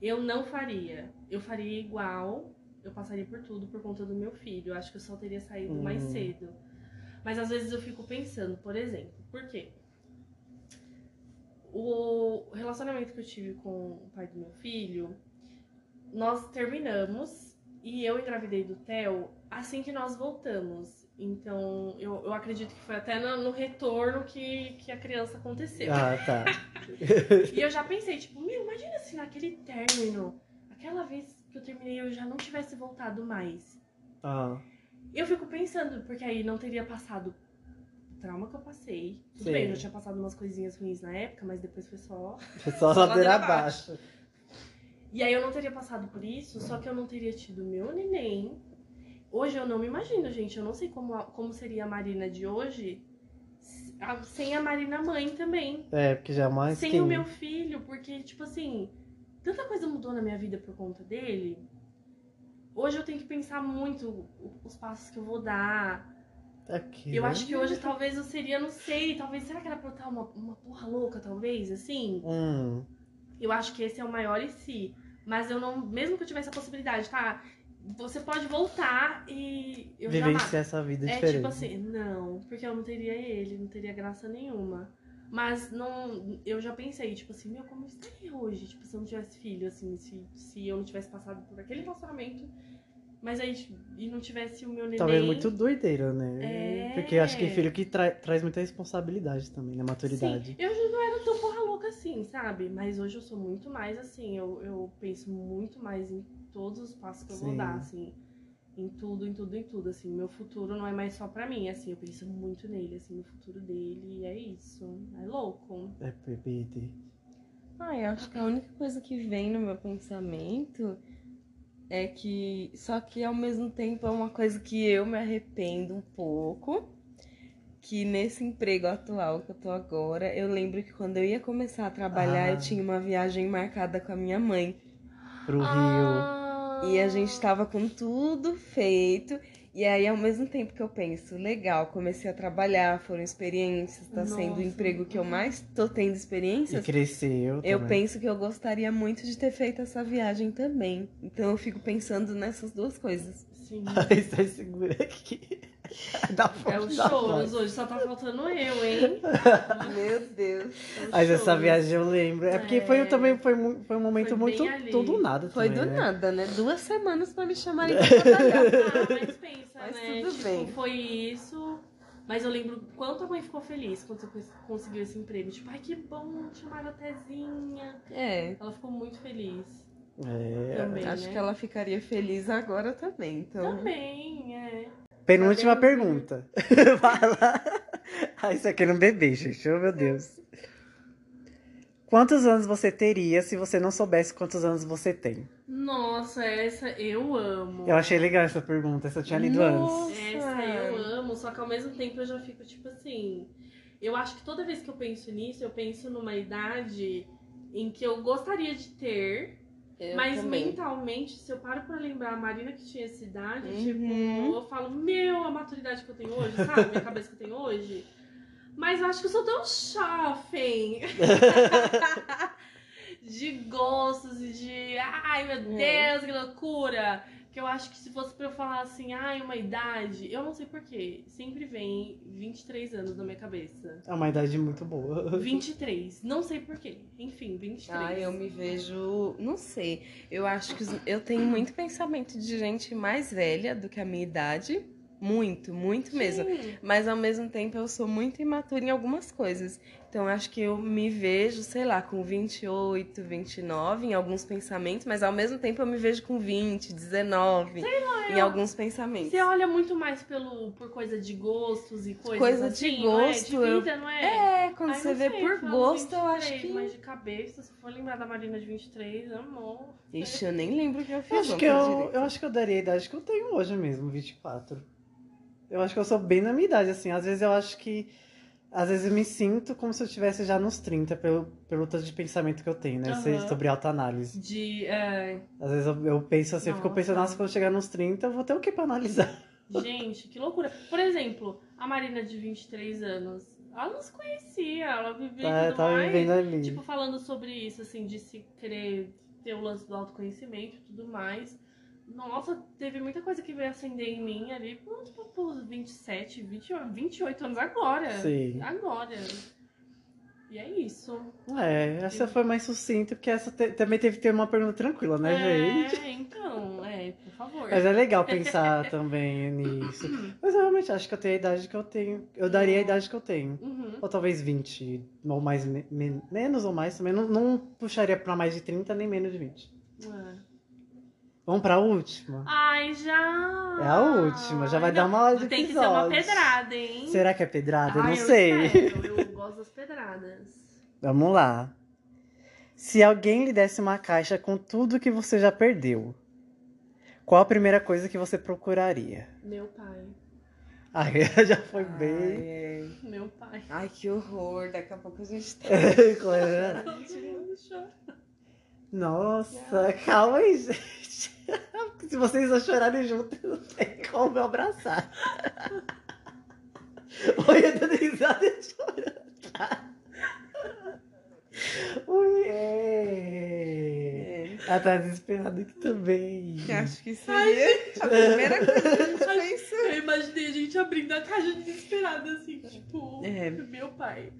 S3: eu não faria. Eu faria igual, eu passaria por tudo por conta do meu filho. Eu acho que eu só teria saído
S4: Hum.
S3: mais cedo. Mas às vezes eu fico pensando, por exemplo, por quê? O relacionamento que eu tive com o pai do meu filho, nós terminamos e eu engravidei do Theo assim que nós voltamos. Então, eu, eu acredito que foi até no, no retorno que, que a criança aconteceu.
S4: Ah, tá.
S3: E eu já pensei, tipo, meu, imagina se naquele término, aquela vez que eu terminei, eu já não tivesse voltado mais.
S4: Ah,
S3: Eu fico pensando, porque aí não teria passado o trauma que eu passei. Tudo
S4: Sim.
S3: bem, eu já tinha passado umas coisinhas ruins na época, mas depois foi só
S4: só
S3: Só
S4: ladeira
S3: ladeira
S4: abaixo.
S3: E aí eu não teria passado por isso, só que eu não teria tido meu neném. Hoje eu não me imagino, gente. Eu não sei como, a- como seria a Marina de hoje se- a- sem a Marina mãe também.
S4: É, porque já é mais
S3: sem
S4: que...
S3: o meu filho, porque, tipo assim, tanta coisa mudou na minha vida por conta dele. Hoje eu tenho que pensar muito o- os passos que eu vou dar,
S4: Aqui,
S3: eu
S4: né?
S3: acho que hoje talvez eu seria, não sei, talvez, será que era pra eu estar uma, uma porra louca, talvez, assim?
S4: Hum,
S3: Eu acho que esse é o maior e si. Mas eu não, mesmo que eu tivesse a possibilidade, tá? Você pode voltar e eu
S4: vivenciar
S3: jamais.
S4: essa vida
S3: É
S4: diferente.
S3: tipo assim, não, porque eu não teria ele, não teria graça nenhuma. Mas não, eu já pensei, tipo assim, meu, como eu estaria hoje? Tipo, se eu não tivesse filho, assim, se, se eu não tivesse passado por aquele relacionamento, mas aí, tipo, e não tivesse o meu neném.
S4: Talvez muito doideira, né?
S3: É.
S4: Porque eu acho que filho que tra- traz muita responsabilidade também, né?
S3: Sim,
S4: Maturidade.
S3: eu já não era tão porra louca assim, sabe? Mas hoje eu sou muito mais assim, eu, eu penso muito mais em todos os passos que eu
S4: Sim.
S3: vou dar, assim. Em tudo, em tudo, em tudo, assim. Meu futuro não é mais só pra mim, assim. Eu penso muito nele, assim, no futuro dele. E é isso. É louco.
S4: É, bebê.
S2: Ah, eu acho que a única coisa que vem no meu pensamento é que. Só que ao mesmo tempo é uma coisa que eu me arrependo um pouco. Que nesse emprego atual que eu tô agora, eu lembro que quando eu ia começar a trabalhar,
S4: Ah.
S2: eu tinha uma viagem marcada com a minha mãe.
S4: Pro Rio.
S3: Ah,
S2: E a gente tava com tudo feito. E aí, ao mesmo tempo que eu penso, legal, comecei a trabalhar, foram experiências, tá sendo o
S3: Nossa.
S2: emprego que eu mais tô tendo
S4: E
S3: é
S2: experiências.
S4: cresceu
S2: Eu
S4: também.
S2: penso que eu gostaria muito de ter feito essa viagem também. Então eu fico pensando nessas duas coisas.
S3: Sim.
S4: Aí você é segura aqui. Dá fome,
S3: É os
S4: dá
S3: choros
S4: fome.
S3: hoje, só tá faltando eu, hein?
S2: Meu Deus.
S3: É os
S4: Mas essa
S3: choros.
S4: viagem eu lembro. É porque foi
S3: É.
S4: também foi, mu- foi um momento
S3: Foi bem
S4: muito
S3: ali.
S4: todo nada
S2: Foi
S4: também,
S2: do
S4: né?
S2: nada, né? Duas semanas pra me chamarem pra trabalhar.
S3: Ah, mas pensa,
S2: Mas
S3: né?
S2: tudo
S3: tipo,
S2: bem.
S3: foi isso. Mas eu lembro quanto a mãe ficou feliz quando você cons- conseguiu esse emprego. Tipo, ai que bom, chamaram a Tezinha.
S2: É.
S3: Ela ficou muito feliz.
S4: É.
S3: Também,
S2: Acho
S3: né?
S2: que ela ficaria feliz agora também. Então,
S3: Também, é.
S4: Penúltima
S3: Cabelo-
S4: pergunta. Vai lá. Ah, isso aqui é um bebê, gente. Oh, meu Deus. Quantos anos você teria se você não soubesse quantos anos você tem?
S3: Nossa, essa eu amo.
S4: Eu achei legal essa pergunta, essa eu tinha lido
S2: Nossa.
S4: antes.
S3: Essa é eu amo, só que ao mesmo tempo eu já fico tipo assim. Eu acho que toda vez que eu penso nisso, eu penso numa idade em que eu gostaria de ter,
S2: eu
S3: Mas
S2: também.
S3: mentalmente, se eu paro pra lembrar a Marina que tinha essa idade,
S2: Uhum.
S3: tipo, eu falo, meu, a maturidade que eu tenho hoje, sabe? Minha cabeça que eu tenho hoje. Mas eu acho que eu sou tão jovem de gostos e de, ai meu
S2: É.
S3: Deus, que loucura. Que eu acho que se fosse pra eu falar assim, ai, uma idade, eu não sei porquê, sempre vem 23 anos na minha cabeça.
S4: É uma idade muito boa.
S3: 23, não sei porquê. Enfim, 23.
S2: Ah, eu me
S3: né?
S2: vejo. Não sei. Eu acho que os- eu tenho muito pensamento de gente mais velha do que a minha idade. Muito, muito mesmo.
S3: Sim.
S2: Mas ao mesmo tempo eu sou muito imatura em algumas coisas. Então acho que eu me vejo, sei lá, com 28, 29 em alguns pensamentos, mas ao mesmo tempo eu me vejo com 20, 19 em
S3: eu-
S2: alguns pensamentos.
S3: Você olha muito mais pelo, por coisa de gostos e coisas
S2: Coisa de
S3: assim,
S2: gosto,
S3: não é? De
S2: eu-
S3: vida, não é?
S2: É, quando
S3: Ai,
S2: você
S3: não
S2: vê
S3: sei,
S2: por
S3: falo
S2: gosto, eu acho
S3: 23,
S2: que.
S3: Mas de cabeça, se for lembrar da Marina de 23, amor.
S2: Ixi, eu nem lembro o que eu
S4: Eu
S2: fiz.
S4: acho,
S2: ontem
S4: que eu,
S2: direito.
S4: eu acho que eu daria a idade que eu tenho hoje mesmo, 24. Eu acho que eu sou bem na minha idade, assim. Às vezes eu acho que. Às vezes eu me sinto como se eu tivesse já nos 30, pelo, pelo tanto de pensamento que eu tenho, né? Se-
S3: Aham.
S4: Sobre autoanálise.
S3: De. é,
S4: Às vezes eu, eu penso assim, eu fico
S3: Nossa.
S4: pensando, nossa, quando eu chegar nos 30, eu vou ter o que pra analisar.
S3: Gente, que loucura. Por exemplo, a Marina de 23 anos, ela não se conhecia, ela vivia
S2: É,
S3: e
S4: Tá,
S3: tudo
S4: tá
S3: mais.
S4: vivendo ali.
S3: Tipo, falando sobre isso, assim, de se querer ter o lance do autoconhecimento e tudo mais. Nossa, teve muita coisa que veio acender em mim ali por, por, por 27, 28, 28 anos agora.
S4: Sim.
S3: Agora. E é isso.
S4: É, essa foi mais sucinta, porque essa te- também teve que ter uma pergunta tranquila, né, gente?
S3: É, então, é, por favor.
S4: Mas é legal pensar também nisso. Mas eu realmente acho que eu tenho a idade que eu tenho. Eu daria a idade que eu tenho.
S3: Uhum.
S4: Ou talvez 20, ou mais, me- men- menos ou mais também. Não, não puxaria pra mais de 30, nem menos de 20.
S3: É.
S4: Vamos pra última?
S3: Ai, já.
S4: É a última, já vai dar uma hora de
S3: Tem que ser uma
S4: episódio.
S3: pedrada, hein?
S4: Será que é pedrada? Eu
S3: Ai,
S4: não sei.
S3: espero, Eu gosto das pedradas.
S4: Vamos lá. Se alguém lhe desse uma caixa com tudo que você já perdeu, qual a primeira coisa que você procuraria?
S3: Meu pai.
S4: Ai, já foi bem.
S2: Ai, é.
S3: Meu pai.
S2: Ai, que horror. Daqui a pouco a gente tá.
S4: Claro.
S3: Gente,
S4: Nossa, calma aí, gente. Se vocês não chorarem juntos, não tem como eu abraçar. Oi, eu tô dando risada tá? e chorando. Oi.
S2: É.
S4: Ela tá desesperada aqui também.
S2: Eu Acho que seria a primeira coisa que a gente pensa.
S3: Eu imaginei a gente abrindo a caixa desesperada, assim, tipo,
S2: É.
S3: meu pai.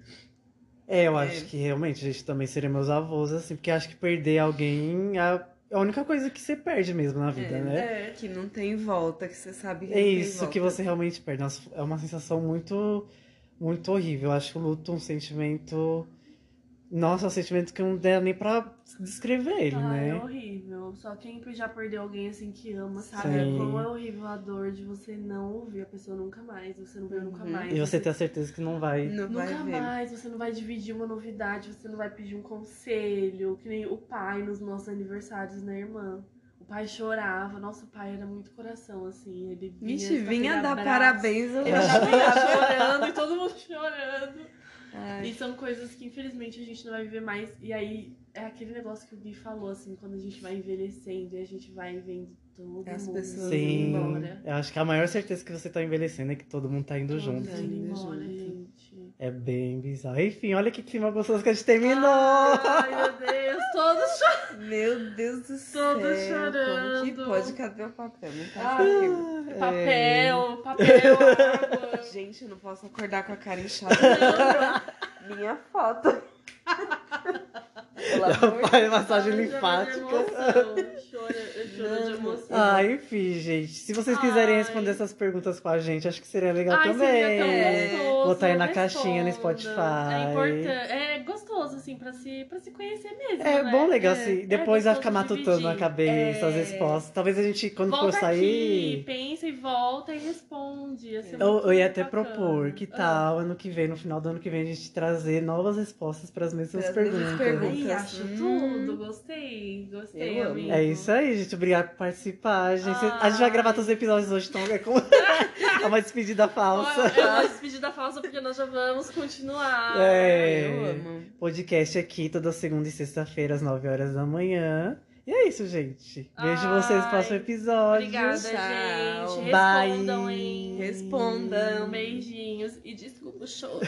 S4: É, eu
S2: É.
S4: acho que realmente, gente, também seriam meus avós, assim, porque acho que perder alguém é a é a única coisa que você perde mesmo na vida,
S2: É,
S4: né?
S3: É.
S2: Que não tem volta, que você sabe que
S4: É
S2: não tem
S4: isso que
S2: volta.
S4: você realmente perde. Nossa, é uma sensação muito, muito horrível. Eu acho o luto um sentimento. Nossa, um sentimento que não dá nem pra descrever ele,
S3: Ah, é
S4: né?
S3: horrível. Só quem já perdeu alguém assim que ama, sabe?
S4: Sim.
S3: Como é horrível a dor de você não ouvir a pessoa nunca mais, você não vê nunca
S2: Uhum.
S3: mais.
S4: E você ter a certeza que não vai.
S2: Não vai
S3: Nunca
S2: ver.
S3: mais, você não vai dividir uma novidade, você não vai pedir um conselho, que nem o pai nos nossos aniversários, né, irmã? O pai chorava, nosso pai era muito coração, assim, ele vinha...
S2: Vixe,
S3: com
S2: vinha
S3: aquele
S2: dar
S3: abraço.
S2: parabéns.
S4: É.
S2: Eu
S3: Ele já vinha chorando e todo mundo chorando.
S2: Ai,
S3: E são coisas que, infelizmente, a gente não vai viver mais. E aí, é aquele negócio que o Gui falou, assim, quando a gente vai envelhecendo e a gente vai vendo todo
S2: As
S3: mundo
S2: pessoas
S3: indo
S4: Sim.
S3: embora.
S4: Eu acho que é a maior certeza que você tá envelhecendo é que todo mundo tá indo
S3: Todo
S4: junto.
S3: mundo indo
S2: Indo
S3: embora,
S2: junto.
S3: gente.
S4: É bem bizarro. Enfim, olha que clima gostoso que a gente terminou!
S3: Ai, meu Deus, todos
S2: meu Deus do céu.
S3: Todos chorando.
S2: Como que pode? Cadê o papel? Não tá
S3: Ah.
S2: aqui.
S3: Papel, papel, água.
S2: Gente, eu não posso acordar com a cara inchada. Minha foto. Pelo amor de
S4: Faz massagem
S3: Chora de
S4: linfática.
S3: emoção, Chora, eu choro de emoção.
S4: Ah, enfim, gente. Se vocês quiserem responder
S3: Ai.
S4: essas perguntas com a gente, acho que seria legal
S3: Ai,
S4: também.
S3: seria tão
S2: É.
S3: gostoso,
S4: Botar aí na
S3: responda.
S4: caixinha no Spotify.
S3: É importante. É gostoso, assim, pra se, pra se conhecer mesmo.
S4: É
S3: né?
S4: bom legal
S3: É.
S4: assim.
S3: É
S4: Depois vai
S3: gostoso
S4: ficar matutando
S3: dividir. É.
S4: na cabeça as respostas. Talvez a gente, quando
S3: Volta
S4: for
S3: aqui,
S4: sair,
S3: pensa e volta e responde. Ia ser
S4: eu,
S3: muito
S4: eu ia até
S3: bacana.
S4: propor que
S3: Ah.
S4: tal ano que vem, no final do ano que vem, a gente trazer novas respostas para as mesmas
S2: Pras mesmas
S4: perguntas.
S2: perguntas.
S3: Ai, acho
S2: Hum.
S3: tudo. Gostei, gostei,
S2: Eu amo.
S3: amigo.
S4: É isso aí, gente. Obrigado por participar. gente. A gente vai
S3: Ai.
S4: gravar todos os episódios hoje, então é como- é uma despedida falsa.
S3: É uma despedida falsa, porque nós já vamos continuar.
S4: É.
S2: Eu amo.
S4: Podcast aqui toda segunda e sexta-feira, às 9 horas da manhã. E é isso, gente. Vejo vocês no
S3: Ai,
S4: próximo episódio.
S3: Obrigada,
S2: Tchau.
S3: gente.
S4: Bye.
S3: Respondam, hein?
S2: Respondam.
S3: Beijinhos e desculpa o choro.